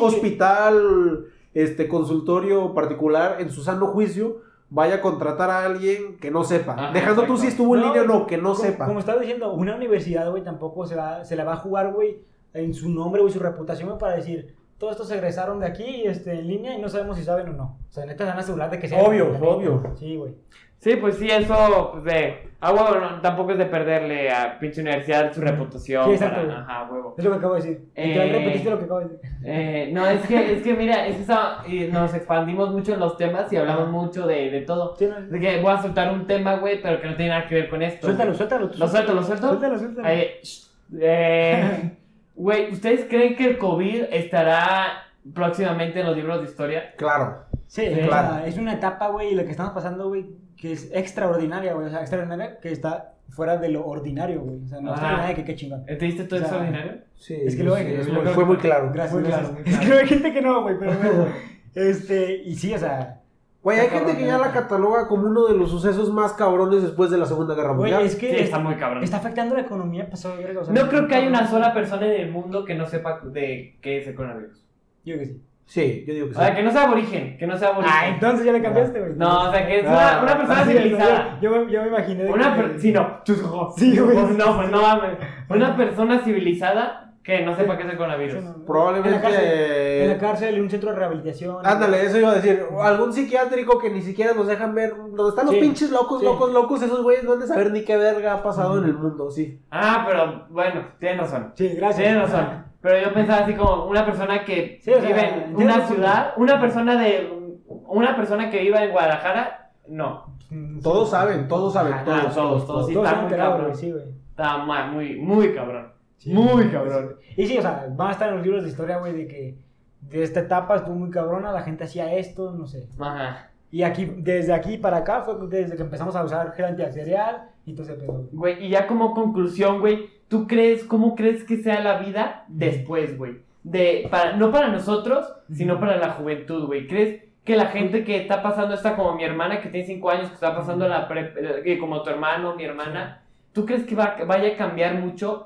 Speaker 1: hospital, este consultorio particular, en su sano juicio, vaya a contratar a alguien que no sepa.
Speaker 2: Ajá,
Speaker 1: Dejando tú
Speaker 2: exacto.
Speaker 1: si estuvo en
Speaker 3: No,
Speaker 1: línea o no, que no
Speaker 3: como,
Speaker 1: sepa.
Speaker 3: Como estaba diciendo, una universidad, güey, tampoco se, va, se la va a jugar, güey, en su nombre, güey, su reputación, güey, para decir, todos estos egresaron de aquí este, en línea y no sabemos si saben o no. O sea, neta se van a asegurar de que sea.
Speaker 1: Obvio, obvio.
Speaker 3: Sí, güey.
Speaker 2: Sí, pues sí, eso, pues de. Ah, huevo, no, tampoco es de perderle a pinche universidad su reputación.
Speaker 3: Sí, exacto.
Speaker 2: para- ajá, huevo.
Speaker 3: Es lo que acabo de decir.
Speaker 2: Eh.
Speaker 3: Literal, repetiste lo que acabo de decir.
Speaker 2: Eh, no, es que, es que mira, es que esa- y nos expandimos mucho en los temas y hablamos mucho de, de todo.
Speaker 3: Sí, no,
Speaker 2: De que voy a soltar un tema, güey, pero que no tiene nada que ver con esto.
Speaker 3: Suéltalo, suéltalo. tú
Speaker 2: ¿Lo suelto, lo suelto?
Speaker 3: Suéltalo, suéltalo.
Speaker 2: Eh, shh, eh, Güey, ¿ustedes creen que el COVID estará próximamente en los libros de historia?
Speaker 1: Claro.
Speaker 3: Sí, o sea,
Speaker 1: claro.
Speaker 3: es una etapa, güey, la que estamos pasando, güey, que es extraordinaria, güey. O sea, extraordinaria que está fuera de lo ordinario, güey. O sea, no
Speaker 2: Ah.
Speaker 3: extraordinaria que qué chingón.
Speaker 2: ¿Te diste todo
Speaker 3: O sea,
Speaker 2: extraordinario?
Speaker 1: Sí,
Speaker 3: Es que
Speaker 1: yo
Speaker 3: lo-
Speaker 1: sé,
Speaker 3: es
Speaker 1: fue-
Speaker 2: muy-
Speaker 1: fue muy claro.
Speaker 3: Gracias,
Speaker 2: Muy
Speaker 3: gracias.
Speaker 2: claro, muy
Speaker 3: Es que
Speaker 2: claro.
Speaker 3: hay gente que no, güey, pero bueno. Este, y sí, o sea,
Speaker 1: Güey, hay gente que ya la cataloga como uno de los sucesos más cabrones después de la Segunda Guerra
Speaker 3: güey,
Speaker 1: Mundial.
Speaker 3: es
Speaker 2: Sí,
Speaker 3: que es-
Speaker 2: está muy cabrón.
Speaker 3: está afectando la economía, pasó de verga, o sea,
Speaker 2: No creo que haya una sola persona en el mundo que no sepa de qué es el coronavirus.
Speaker 3: Yo que sí.
Speaker 1: Sí, yo digo que
Speaker 2: O
Speaker 1: sí.
Speaker 2: sea, que no sea aborigen, que no sea aborigen.
Speaker 3: Ah, entonces ya le cambiaste, güey.
Speaker 2: No, o sea, que es
Speaker 1: No.
Speaker 3: Ah,
Speaker 2: una, una persona
Speaker 3: Sí,
Speaker 2: civilizada.
Speaker 3: Yo, yo me- yo me imaginé. de
Speaker 2: Una
Speaker 3: que-
Speaker 2: persona... Sí, no. Chusco.
Speaker 3: Sí, güey.
Speaker 2: Pues no, pues no mames. Una persona civilizada que no sepa qué es el coronavirus.
Speaker 3: Eso no. En la cárcel,
Speaker 1: Probablemente. eh,
Speaker 3: en la cárcel, en un centro de rehabilitación.
Speaker 1: Ándale, eso iba a decir. Algún psiquiátrico que ni siquiera nos dejan ver. Donde están los
Speaker 3: Sí,
Speaker 1: pinches locos,
Speaker 3: sí.
Speaker 1: locos, locos. Esos güeyes no han de saber ni qué verga ha pasado en el mundo, sí.
Speaker 2: Ah, pero bueno, tienes razón.
Speaker 3: Sí, gracias.
Speaker 2: Ah, Tienes razón. Pero yo pensaba así como una persona que
Speaker 3: Sí, o sea,
Speaker 2: vive en
Speaker 3: entiendo
Speaker 2: una
Speaker 3: tu punto.
Speaker 2: ciudad, una persona de una persona que viva en Guadalajara, no.
Speaker 3: Mm,
Speaker 1: Todos
Speaker 3: sí.
Speaker 1: saben, todos
Speaker 2: Ah,
Speaker 1: saben, todos.
Speaker 2: todos, todos, sí,
Speaker 3: Todos
Speaker 2: está
Speaker 3: se han
Speaker 2: muy
Speaker 3: enterado,
Speaker 2: cabrón.
Speaker 3: güey, sí, güey.
Speaker 2: Está ma- muy, muy cabrón.
Speaker 3: Sí.
Speaker 2: muy cabrón.
Speaker 3: Y sí, o sea, van a estar en los libros de historia, güey, de que de esta etapa estuvo muy cabrona, la gente hacía esto, no sé.
Speaker 2: Ajá.
Speaker 3: Y aquí, desde aquí para acá fue desde que empezamos a usar gel antibacterial y todo ese pedo, güey.
Speaker 2: Güey, y ya como conclusión, güey, ¿tú crees, cómo crees que sea la vida después, güey? De, para, no para nosotros, sino para la juventud, güey. ¿Crees que la gente que está pasando está como mi hermana que tiene 5 años, que está pasando la prep, eh, como tu hermano, mi hermana, ¿tú crees que va- vaya a cambiar mucho?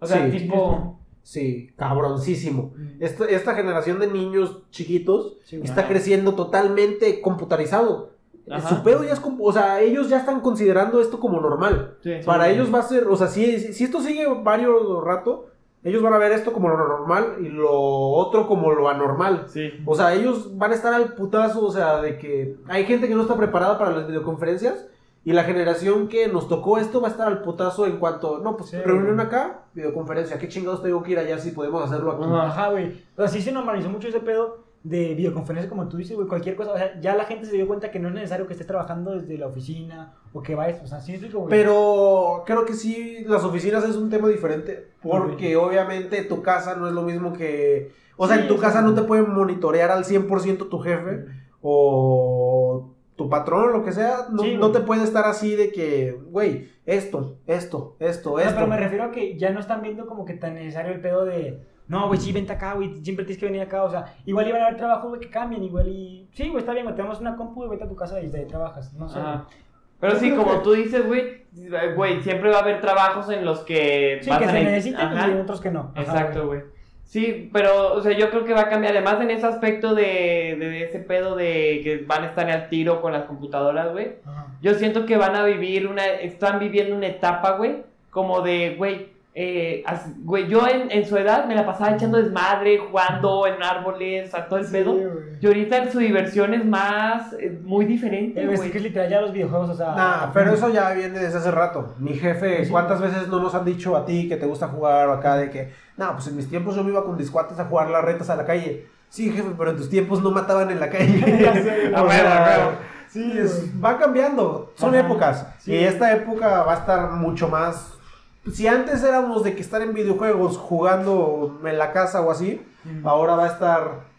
Speaker 2: O sea,
Speaker 1: Sí.
Speaker 2: tipo...
Speaker 1: Sí, cabroncísimo.
Speaker 3: Mm,
Speaker 1: Esta, esta generación de niños chiquitos
Speaker 3: Sí, güey.
Speaker 1: está
Speaker 2: Ajá.
Speaker 1: creciendo totalmente computarizado.
Speaker 2: Ajá.
Speaker 1: Su pedo ya es, compu- o sea, ellos ya están considerando esto como normal. Para ellos va a ser, o sea, si, si esto sigue varios rato, ellos van a ver esto como lo normal y lo otro como lo anormal.
Speaker 2: Sí.
Speaker 1: O sea, ellos van a estar al putazo, o sea, de que hay gente que no está preparada para las videoconferencias y la generación que nos tocó esto va a estar al putazo en cuanto, no, pues
Speaker 3: Sí.
Speaker 1: reunión acá, videoconferencia, qué chingados tengo que ir allá si podemos hacerlo aquí.
Speaker 2: Ajá.
Speaker 3: Ajá, güey. O sea, sí se normalizó mucho ese pedo de videoconferencia, como tú dices, güey, cualquier cosa. O sea, ya la gente se dio cuenta que no es necesario que estés trabajando desde la oficina o que vayas, o sea, sí, digo, güey.
Speaker 1: Pero creo que sí, las oficinas es un tema diferente, porque obviamente tu casa no es lo mismo que... O sea,
Speaker 3: Sí,
Speaker 1: en tu
Speaker 3: sí.
Speaker 1: casa no te pueden monitorear al 100% tu jefe o tu patrón, lo que sea. No,
Speaker 3: Sí,
Speaker 1: no
Speaker 3: güey.
Speaker 1: te puede estar así de que, güey, esto, esto, esto,
Speaker 3: No,
Speaker 1: esto.
Speaker 3: pero me refiero a que ya no están viendo como que tan necesario el pedo de. No, güey, sí, vente acá, güey, siempre tienes que venir acá. O sea, igual iban a haber trabajos, güey, que cambien, igual y. Sí, güey, está bien, güey, tenemos una compu, güey, vete a tu casa y de ahí trabajas. No sé.
Speaker 2: Ajá. Pero sí, como tú dices, güey, güey, siempre va a haber trabajos en los que...
Speaker 3: Sí,
Speaker 2: vas
Speaker 3: que
Speaker 2: a
Speaker 3: se
Speaker 2: ne-
Speaker 3: necesiten
Speaker 2: Ajá.
Speaker 3: y otros que no. Ajá,
Speaker 2: Exacto, güey. Sí, pero, o sea, yo creo que va a cambiar. Además, en ese aspecto de, de ese pedo de que van a estar al tiro con las computadoras, güey.
Speaker 3: güey. Ajá.
Speaker 2: Yo siento que van a vivir una. Están viviendo una etapa, güey. Como de, güey. eh, as- Güey, yo en, en su edad me la pasaba echando desmadre, jugando en árboles, a todo el pedo.
Speaker 3: Sí, güey.
Speaker 2: Y ahorita su diversión es más. eh, muy diferente,
Speaker 3: Eh, Es que
Speaker 2: güey.
Speaker 3: literal ya los videojuegos, o sea.
Speaker 1: Nah, pero eso ya viene desde hace rato. Mi jefe,
Speaker 3: Sí.
Speaker 1: ¿cuántas veces no nos han dicho a ti que te gusta jugar o acá de que, no, pues en mis tiempos yo me iba con mis cuates a jugar las retas a la calle? Sí, jefe, pero en tus tiempos no mataban en la calle.
Speaker 3: Ya sé,
Speaker 2: A
Speaker 1: O
Speaker 2: huevo,
Speaker 1: sea,
Speaker 2: a huevo.
Speaker 3: Sí,
Speaker 1: es-
Speaker 3: güey.
Speaker 1: va cambiando, son
Speaker 3: Ajá,
Speaker 1: épocas.
Speaker 3: sí.
Speaker 1: Y esta época va a estar mucho más. Si antes éramos de que estar en videojuegos jugando en la casa o así,
Speaker 3: Mm.
Speaker 1: ahora va a estar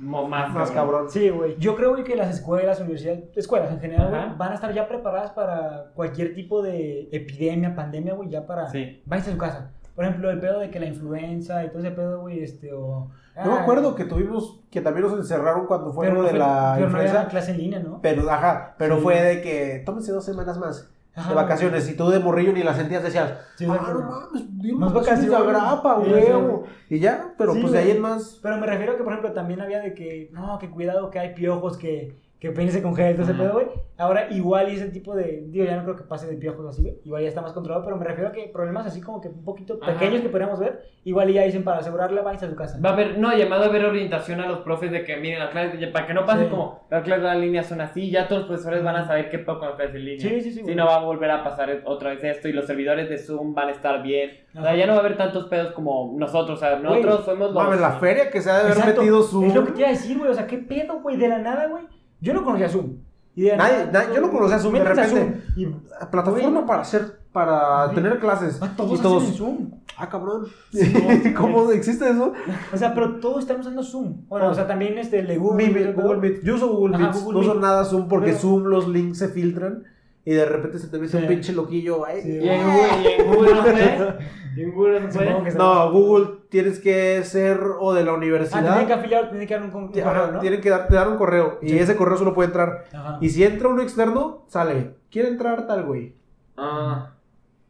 Speaker 2: Mo-
Speaker 3: Ah,
Speaker 1: más cabrón.
Speaker 3: Sí, güey. Yo creo, güey, que las escuelas, universidades, escuelas en general, güey,
Speaker 2: Ajá.
Speaker 3: van a estar ya preparadas para cualquier tipo de epidemia, pandemia, güey, ya para...
Speaker 2: Sí.
Speaker 3: Váyanse a su casa. Por ejemplo, el pedo de que la influenza y todo ese pedo, güey, este, o...
Speaker 1: Yo me
Speaker 3: Ah,
Speaker 1: acuerdo que tuvimos, que también nos encerraron cuando fue
Speaker 3: pero
Speaker 1: lo
Speaker 3: no
Speaker 1: de
Speaker 3: fue-
Speaker 1: la
Speaker 3: pero no era
Speaker 1: influenza.
Speaker 3: clase en línea, ¿no?
Speaker 1: Pero, ajá, pero
Speaker 3: Sí.
Speaker 1: fue de que tómense dos semanas más
Speaker 3: Ajá,
Speaker 1: de vacaciones. Y tú de morrillo ni las sentías, decías,
Speaker 3: Sí,
Speaker 1: ah,
Speaker 3: exacto.
Speaker 1: no mames, dieron
Speaker 3: Más
Speaker 1: más vacaciones a
Speaker 3: vacaciones.
Speaker 1: grapa,
Speaker 3: Sí,
Speaker 1: huevo. Y ya, pero
Speaker 3: Sí,
Speaker 1: pues de ahí
Speaker 3: güey.
Speaker 1: en más.
Speaker 3: Pero me refiero a que, por ejemplo, también había de que, no, que cuidado que hay piojos, que que peínese con gel, todo ese
Speaker 2: Ajá.
Speaker 3: pedo, güey. Ahora, igual y ese tipo de. Digo, ya no creo que pase de piojos así, güey. Igual ya está más controlado, pero me refiero a que problemas así como que un poquito
Speaker 2: Ajá.
Speaker 3: pequeños que podríamos ver, igual y ya dicen para asegurarla, vais a su casa.
Speaker 2: Va a haber, no, llamado a haber orientación a los profes de que miren las clases, ya- para que no pase
Speaker 3: Sí.
Speaker 2: como las clases en línea son así, ya todos los profesores van a saber qué poco con las clases en línea.
Speaker 3: Sí, sí, sí.
Speaker 2: Si
Speaker 3: güey.
Speaker 2: no va a volver a pasar es- otra vez esto y los servidores de Zoom van a estar bien. O sea,
Speaker 3: Ajá.
Speaker 2: ya no va a haber tantos pedos como nosotros. O sea, nosotros somos los.
Speaker 1: Mames, la feria que se ha de haber
Speaker 3: Exacto.
Speaker 1: metido su.
Speaker 3: Es lo que te iba a decir, güey. O sea, ¿qué pedo, güey? De la nada, güey. Yo no conocía Zoom. Y de la
Speaker 1: Nadie-
Speaker 3: nada,
Speaker 1: nadie- yo no conocía Zoom, de
Speaker 3: métanse a
Speaker 1: repente.
Speaker 3: Zoom y
Speaker 1: Plataforma para hacer. Para
Speaker 3: Sí.
Speaker 1: tener clases.
Speaker 3: ah, todos,
Speaker 1: y todos.
Speaker 3: hacen Zoom.
Speaker 1: Ah, cabrón.
Speaker 3: Sí.
Speaker 1: ¿Cómo existe eso?
Speaker 3: O sea, pero todos están usando Zoom. Bueno, o sea, también este, le Google.
Speaker 1: Mi- mi-
Speaker 3: todo.
Speaker 1: Google Meet. Yo uso Google
Speaker 3: Ajá,
Speaker 1: Meet.
Speaker 3: Google
Speaker 1: No uso
Speaker 3: Meet.
Speaker 1: nada Zoom porque
Speaker 3: Pero-
Speaker 1: Zoom los links se filtran y de repente se te ve
Speaker 3: Sí.
Speaker 1: un pinche loquillo. ay,
Speaker 3: Sí.
Speaker 2: Y en Google, y en Google no
Speaker 3: ¿eh?
Speaker 2: puede. Y en Google no puede.
Speaker 3: Supongo que se-
Speaker 1: No, Google tienes que ser o de la
Speaker 3: Ah, tiene que
Speaker 1: universidad.
Speaker 3: afiliar, tiene que dar un con- un
Speaker 1: ti-
Speaker 3: correo,
Speaker 1: ajá,
Speaker 3: ¿no?
Speaker 1: Tienen que dar, te dar un correo y
Speaker 3: Sí. Ah.
Speaker 1: ese correo solo puede entrar.
Speaker 3: Ajá.
Speaker 1: Y si entra uno externo, sale. Quiere entrar tal güey.
Speaker 2: Ah,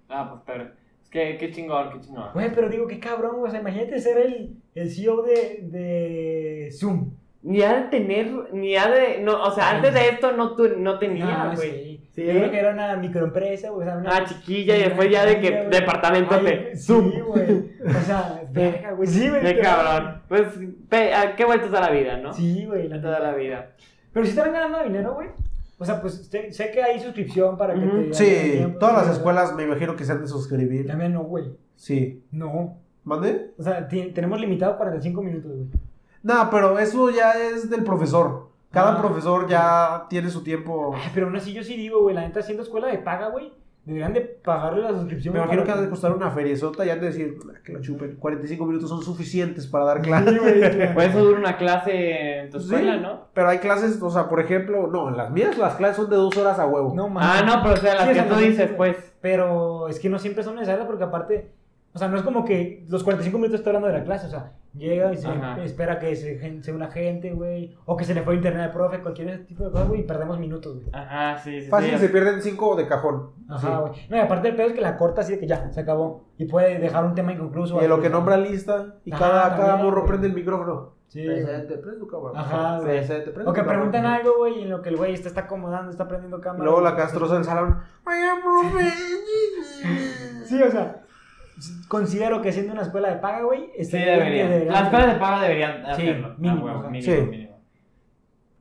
Speaker 2: ah, pues pero. Es que qué chingón, qué chingón.
Speaker 3: Güey, pero digo, qué cabrón, güey. O sea, imagínate ser el, el CEO de, de Zoom.
Speaker 2: Ni ha de tener, ni ha de. No, o sea, antes de esto no, tu, no tenía,
Speaker 3: Ah,
Speaker 2: güey.
Speaker 3: sí.
Speaker 2: Sí.
Speaker 3: Yo creo que era una microempresa, güey. O sea, una...
Speaker 2: Ah, chiquilla, y después ya de que
Speaker 3: Ay,
Speaker 2: departamento de
Speaker 3: güey,
Speaker 2: Zoom.
Speaker 3: Sí, güey. O sea, verga, güey. Sí, güey.
Speaker 2: Qué
Speaker 3: pero-
Speaker 2: cabrón. Pues, pe- ah, qué vueltas a la vida, ¿no?
Speaker 3: Sí, güey. la
Speaker 2: Toda
Speaker 3: neta.
Speaker 2: la vida.
Speaker 3: Pero si están ganando dinero, güey. O sea, pues sé, sé que hay suscripción para que
Speaker 2: Ujú.
Speaker 3: te.
Speaker 1: Sí,
Speaker 3: tiempo,
Speaker 1: todas las
Speaker 3: pero-
Speaker 1: escuelas me imagino que se han de suscribir.
Speaker 3: También no, güey.
Speaker 1: Sí.
Speaker 3: No.
Speaker 1: ¿Mande?
Speaker 3: O sea, ti- tenemos limitado 45 minutos, güey.
Speaker 1: No, pero eso ya es del profesor. Cada
Speaker 3: Ah.
Speaker 1: profesor ya tiene su tiempo.
Speaker 3: Ay, pero aún así yo sí digo, güey, la neta haciendo escuela de paga, güey. Deberían de pagarle la suscripción.
Speaker 1: Me imagino que ha
Speaker 3: cada
Speaker 1: de costar una feriezota y han de decir "Ah, que la chupen. 45 minutos son suficientes para dar clases.
Speaker 3: Sí, güey.
Speaker 2: Por eso dura una clase en tu
Speaker 1: Sí.
Speaker 2: escuela, ¿no?
Speaker 1: Pero hay clases, o sea, por ejemplo, no, en las mías las clases son de dos horas a huevo.
Speaker 3: No
Speaker 2: Ah,
Speaker 3: mames.
Speaker 2: no, pero o sea, las
Speaker 3: Sí, o
Speaker 2: que
Speaker 3: sea,
Speaker 2: tú
Speaker 3: no-
Speaker 2: dices, pues.
Speaker 3: Pero es que no siempre son necesarias porque aparte, o sea, no es como que los 45 minutos está hablando de la clase, o sea, llega y se
Speaker 2: Ajá.
Speaker 3: espera que se, gen- se una gente, güey, o que se le fue internet al profe, cualquier ese tipo de cosas, güey, y perdemos minutos, güey.
Speaker 2: Ajá, sí, sí.
Speaker 1: Fácil
Speaker 2: sí.
Speaker 1: se pierden cinco de cajón.
Speaker 2: Ah,
Speaker 3: Ajá, güey. No, y aparte el pedo es que la corta así de que ya, se acabó. Y puede dejar un tema
Speaker 1: Sí.
Speaker 3: inconcluso.
Speaker 1: Y
Speaker 3: algo,
Speaker 1: en lo que
Speaker 3: güey.
Speaker 1: nombra lista y
Speaker 3: Ah,
Speaker 1: cada, cada
Speaker 3: también,
Speaker 1: morro
Speaker 3: güey.
Speaker 1: prende el micrófono.
Speaker 3: Sí. güey.
Speaker 1: Presente, prende tu cámara.
Speaker 3: Ajá, güey.
Speaker 1: Presente, prende
Speaker 3: O que
Speaker 1: tu cámara.
Speaker 3: preguntan algo, güey, y en lo que el güey está, está acomodando, está prendiendo
Speaker 1: Y
Speaker 3: cámara.
Speaker 1: luego la
Speaker 3: güey.
Speaker 1: castrosa del salón. Oiga, profe.
Speaker 3: Sí, o sea, considero que siendo una escuela de paga, güey,
Speaker 2: Sí,
Speaker 3: este,
Speaker 2: deberían. Las escuelas de paga deberían
Speaker 3: Sí,
Speaker 2: hacerlo.
Speaker 3: mínimo,
Speaker 2: Ah,
Speaker 3: ajá.
Speaker 2: huevo,
Speaker 1: Sí.
Speaker 2: mínimo, mínimo.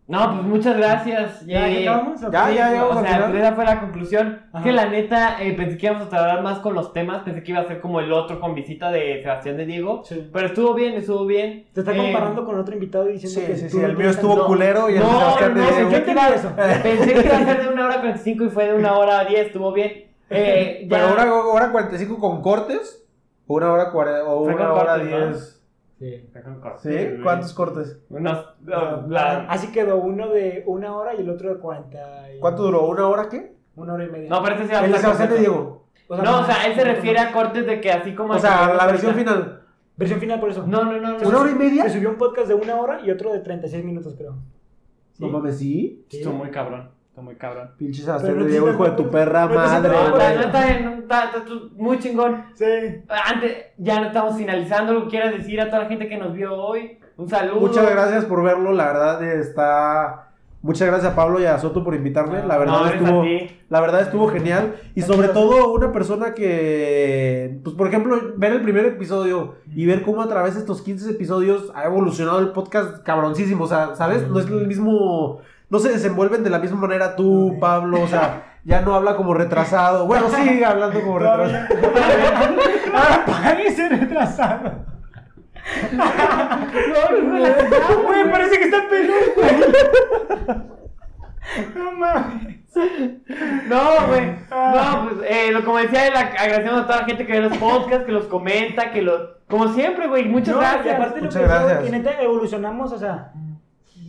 Speaker 2: No, pues muchas gracias.
Speaker 3: ¿Ya
Speaker 2: Yay.
Speaker 3: que acabamos? ¿O
Speaker 1: Ya,
Speaker 3: qué?
Speaker 1: ya, ya.
Speaker 2: O
Speaker 1: Vamos a
Speaker 2: sea, pues
Speaker 1: tirar.
Speaker 2: esa fue la conclusión.
Speaker 3: Ajá.
Speaker 2: Que la neta, eh, pensé que íbamos a tardar más con los temas. Pensé que iba a ser como el otro con visita de Sebastián de Diego.
Speaker 3: Sí.
Speaker 2: Pero estuvo bien, estuvo bien.
Speaker 3: Te está
Speaker 2: Eh,
Speaker 3: comparando con otro invitado y diciendo
Speaker 1: Sí,
Speaker 3: que
Speaker 1: sí,
Speaker 3: tú
Speaker 1: sí.
Speaker 3: no
Speaker 1: El mío
Speaker 3: tienes
Speaker 1: estuvo
Speaker 3: tanto-
Speaker 1: culero y el de
Speaker 2: No,
Speaker 1: Sebastián
Speaker 2: no,
Speaker 1: de
Speaker 2: yo
Speaker 1: Diego.
Speaker 3: ¿Qué te iba a eso?
Speaker 2: Pensé que iba a ser de una hora 45 y fue de una hora 10. Estuvo bien. Eh, ya-
Speaker 1: Pero ahora, ahora 45 con cortes. o Una hora, cuare- o
Speaker 2: Fue
Speaker 1: una
Speaker 2: con
Speaker 1: hora
Speaker 2: cortes, ¿no?
Speaker 1: 10.
Speaker 3: Sí.
Speaker 1: ¿Sí? ¿Cuántos cortes?
Speaker 2: Unos-
Speaker 3: Ah,
Speaker 2: la-
Speaker 3: Así quedó uno de una hora y el otro de 40. y-
Speaker 1: ¿Cuánto duró? ¿Una hora qué?
Speaker 3: Una hora y media.
Speaker 2: No, pero este sí va a
Speaker 1: El de
Speaker 2: estar
Speaker 1: Sebastián de
Speaker 2: completo.
Speaker 1: Diego.
Speaker 2: No, o sea, él se refiere a cortes de que así como.
Speaker 1: O
Speaker 2: el
Speaker 1: sea,
Speaker 2: que
Speaker 1: la
Speaker 2: vimos
Speaker 1: versión
Speaker 2: ahorita.
Speaker 1: final.
Speaker 3: Versión final por eso.
Speaker 2: No, no, no. no.
Speaker 1: ¿Una hora y media?
Speaker 3: Se subió un podcast de una hora y otro de 36 minutos, creo. ¿Sí?
Speaker 1: No mames, sí.
Speaker 3: Sí.
Speaker 2: Estuvo muy cabrón. Estuvo muy cabrón.
Speaker 1: Pinche Sebastián
Speaker 3: Pero
Speaker 1: de
Speaker 3: no
Speaker 1: Diego,
Speaker 3: te-
Speaker 1: hijo de tu perra
Speaker 3: no te sientas
Speaker 1: madre.
Speaker 2: No,
Speaker 3: mal.
Speaker 2: está,
Speaker 1: güey.
Speaker 2: no, está bien, está- está tú- muy chingón.
Speaker 3: Sí.
Speaker 2: Antes, ya no estamos finalizando. Lo que quieras decir a toda la gente que nos vio hoy. Un saludo.
Speaker 1: Muchas gracias por verlo, la verdad está... Muchas gracias a Pablo y a Soto por invitarme, la verdad
Speaker 2: No, eres a
Speaker 1: estuvo...
Speaker 2: ti.
Speaker 1: La verdad estuvo genial. Y sobre todo una persona que, pues por ejemplo, ver el primer episodio y ver cómo a través de estos 15 episodios ha evolucionado el podcast cabroncísimo. O sea, ¿sabes? No es el mismo... No se desenvuelven de la misma manera tú,
Speaker 3: Ok.
Speaker 1: Pablo. O sea, ya no habla como retrasado. Bueno, sigue hablando como retrasado.
Speaker 3: Ahora páguese retrasado.
Speaker 2: No, no, no, no.
Speaker 3: Güey, parece que está peludo, güey. No mames.
Speaker 2: No, güey. No, pues, eh, lo, como decía, la- agradecemos a toda la gente que ve los podcasts, que los comenta, que los. Como siempre, güey. Muchas
Speaker 3: No, Y
Speaker 2: gracias.
Speaker 3: aparte lo
Speaker 1: Muchas
Speaker 3: que fue,
Speaker 1: gracias.
Speaker 3: que neta evolucionamos, o sea,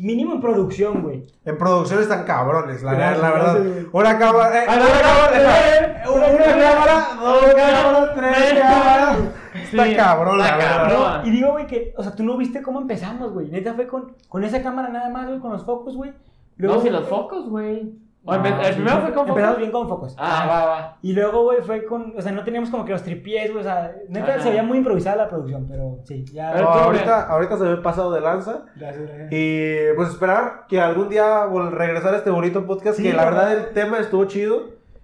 Speaker 3: mínimo en producción, güey.
Speaker 1: En producción están cabrones, la,
Speaker 3: Gracias,
Speaker 1: la verdad.
Speaker 3: gracias, güey.
Speaker 1: Una cámara, eh,
Speaker 2: A
Speaker 1: una
Speaker 2: la cámara,
Speaker 1: cámara,
Speaker 2: tres,
Speaker 1: una cámara, dos cámaras, tres cámaras. Está
Speaker 2: Sí,
Speaker 1: cabrón, la
Speaker 2: está
Speaker 1: verdad.
Speaker 2: cabrón.
Speaker 3: No, y digo, güey, que, o sea, tú no viste cómo empezamos, güey. Neta fue con, con esa cámara nada más, güey, con los focos, güey.
Speaker 2: No,
Speaker 3: Luego-
Speaker 2: si los focos, güey. O empe-
Speaker 3: No,
Speaker 2: el
Speaker 3: sí.
Speaker 2: primero fue con focos.
Speaker 3: Empezamos bien con focos.
Speaker 2: Ah, va, va.
Speaker 3: Y luego, güey, fue con. O sea, no teníamos como que los tripiés, güey. O sea, neta
Speaker 2: Ajá.
Speaker 3: se veía muy improvisada la producción, pero sí, Ah, ya.
Speaker 2: Pero
Speaker 1: No,
Speaker 2: tú,
Speaker 1: ahorita, ahorita se ve pasado de lanza.
Speaker 3: Gracias, gracias.
Speaker 1: Y pues esperar que algún día vol- regresar a este bonito podcast.
Speaker 3: Sí,
Speaker 1: que la
Speaker 3: la
Speaker 1: verdad
Speaker 3: verdad.
Speaker 1: el tema estuvo chido.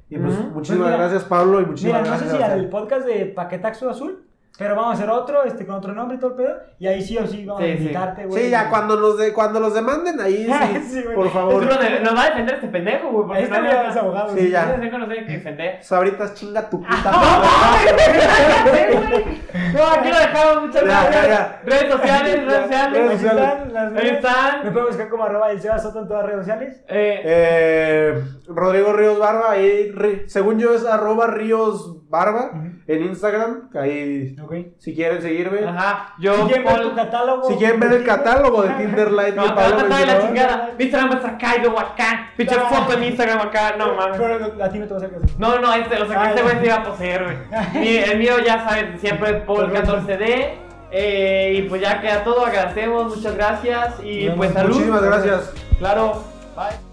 Speaker 1: Y pues
Speaker 2: Ujú.
Speaker 1: muchísimas
Speaker 3: Pues mira,
Speaker 1: gracias, Pablo. Y muchísimas
Speaker 3: Mira, no sé
Speaker 1: gracias.
Speaker 3: si
Speaker 1: a
Speaker 3: al podcast de Paquetaxo Azul, pero vamos a hacer otro, este, con otro nombre y todo el pedo. Y ahí sí o sí vamos
Speaker 2: Sí,
Speaker 3: a
Speaker 2: sí.
Speaker 3: invitarte, güey. Ah,
Speaker 1: Sí, ya cuando los, de, cuando los demanden, ahí sí.
Speaker 3: Sí, güey.
Speaker 1: por
Speaker 2: Tú
Speaker 1: favor.
Speaker 2: no de- nos va a defender este pendejo, güey. porque
Speaker 3: Ahí están
Speaker 2: no hay-
Speaker 3: los abogados.
Speaker 1: Sí, ya.
Speaker 2: Ese pendejo no tiene que defender.
Speaker 1: Sabritas, chinga
Speaker 3: Ah,
Speaker 1: tu puta.
Speaker 2: No, aquí lo dejamos, muchas
Speaker 1: Ya,
Speaker 2: gracias.
Speaker 1: ya, ya.
Speaker 2: Redes sociales, redes
Speaker 1: Ya,
Speaker 2: sociales.
Speaker 1: redes
Speaker 3: Ahí
Speaker 1: sociales.
Speaker 3: están las
Speaker 2: Ahí
Speaker 3: redes.
Speaker 2: están.
Speaker 3: Me pueden buscar como arroba el Seba Soto en todas las redes sociales.
Speaker 2: Eh,
Speaker 1: Eh, Rodrigo Ríos Barba, ahí, ri- según yo es arroba Ríos Barba
Speaker 3: Ujú.
Speaker 1: en Instagram. Ahí,
Speaker 3: Ok.
Speaker 1: si quieren seguirme.
Speaker 2: ajá, yo.
Speaker 3: Si quieren ver
Speaker 2: Paul-
Speaker 3: tu catálogo.
Speaker 1: Si quieren ver el catálogo de Tinder Light
Speaker 2: No,
Speaker 1: que
Speaker 2: te va a
Speaker 1: Pablo
Speaker 2: tratar de la
Speaker 1: mencionaba.
Speaker 2: chingada. Viste nada más acá y luego acá. Pinche
Speaker 3: No.
Speaker 2: foto en Instagram acá. No mames.
Speaker 3: Pero a ti no te vas a hacer caso.
Speaker 2: No, no, este, o sea, que
Speaker 3: Ay.
Speaker 2: este güey se iba a poseer, güey. Mi- El mío ya saben, siempre es Paul 14D. eh, y pues ya queda todo, agradecemos, muchas gracias. Y
Speaker 3: Nos
Speaker 2: pues
Speaker 3: vemos.
Speaker 2: salud.
Speaker 1: Muchísimas gracias.
Speaker 2: Claro, bye.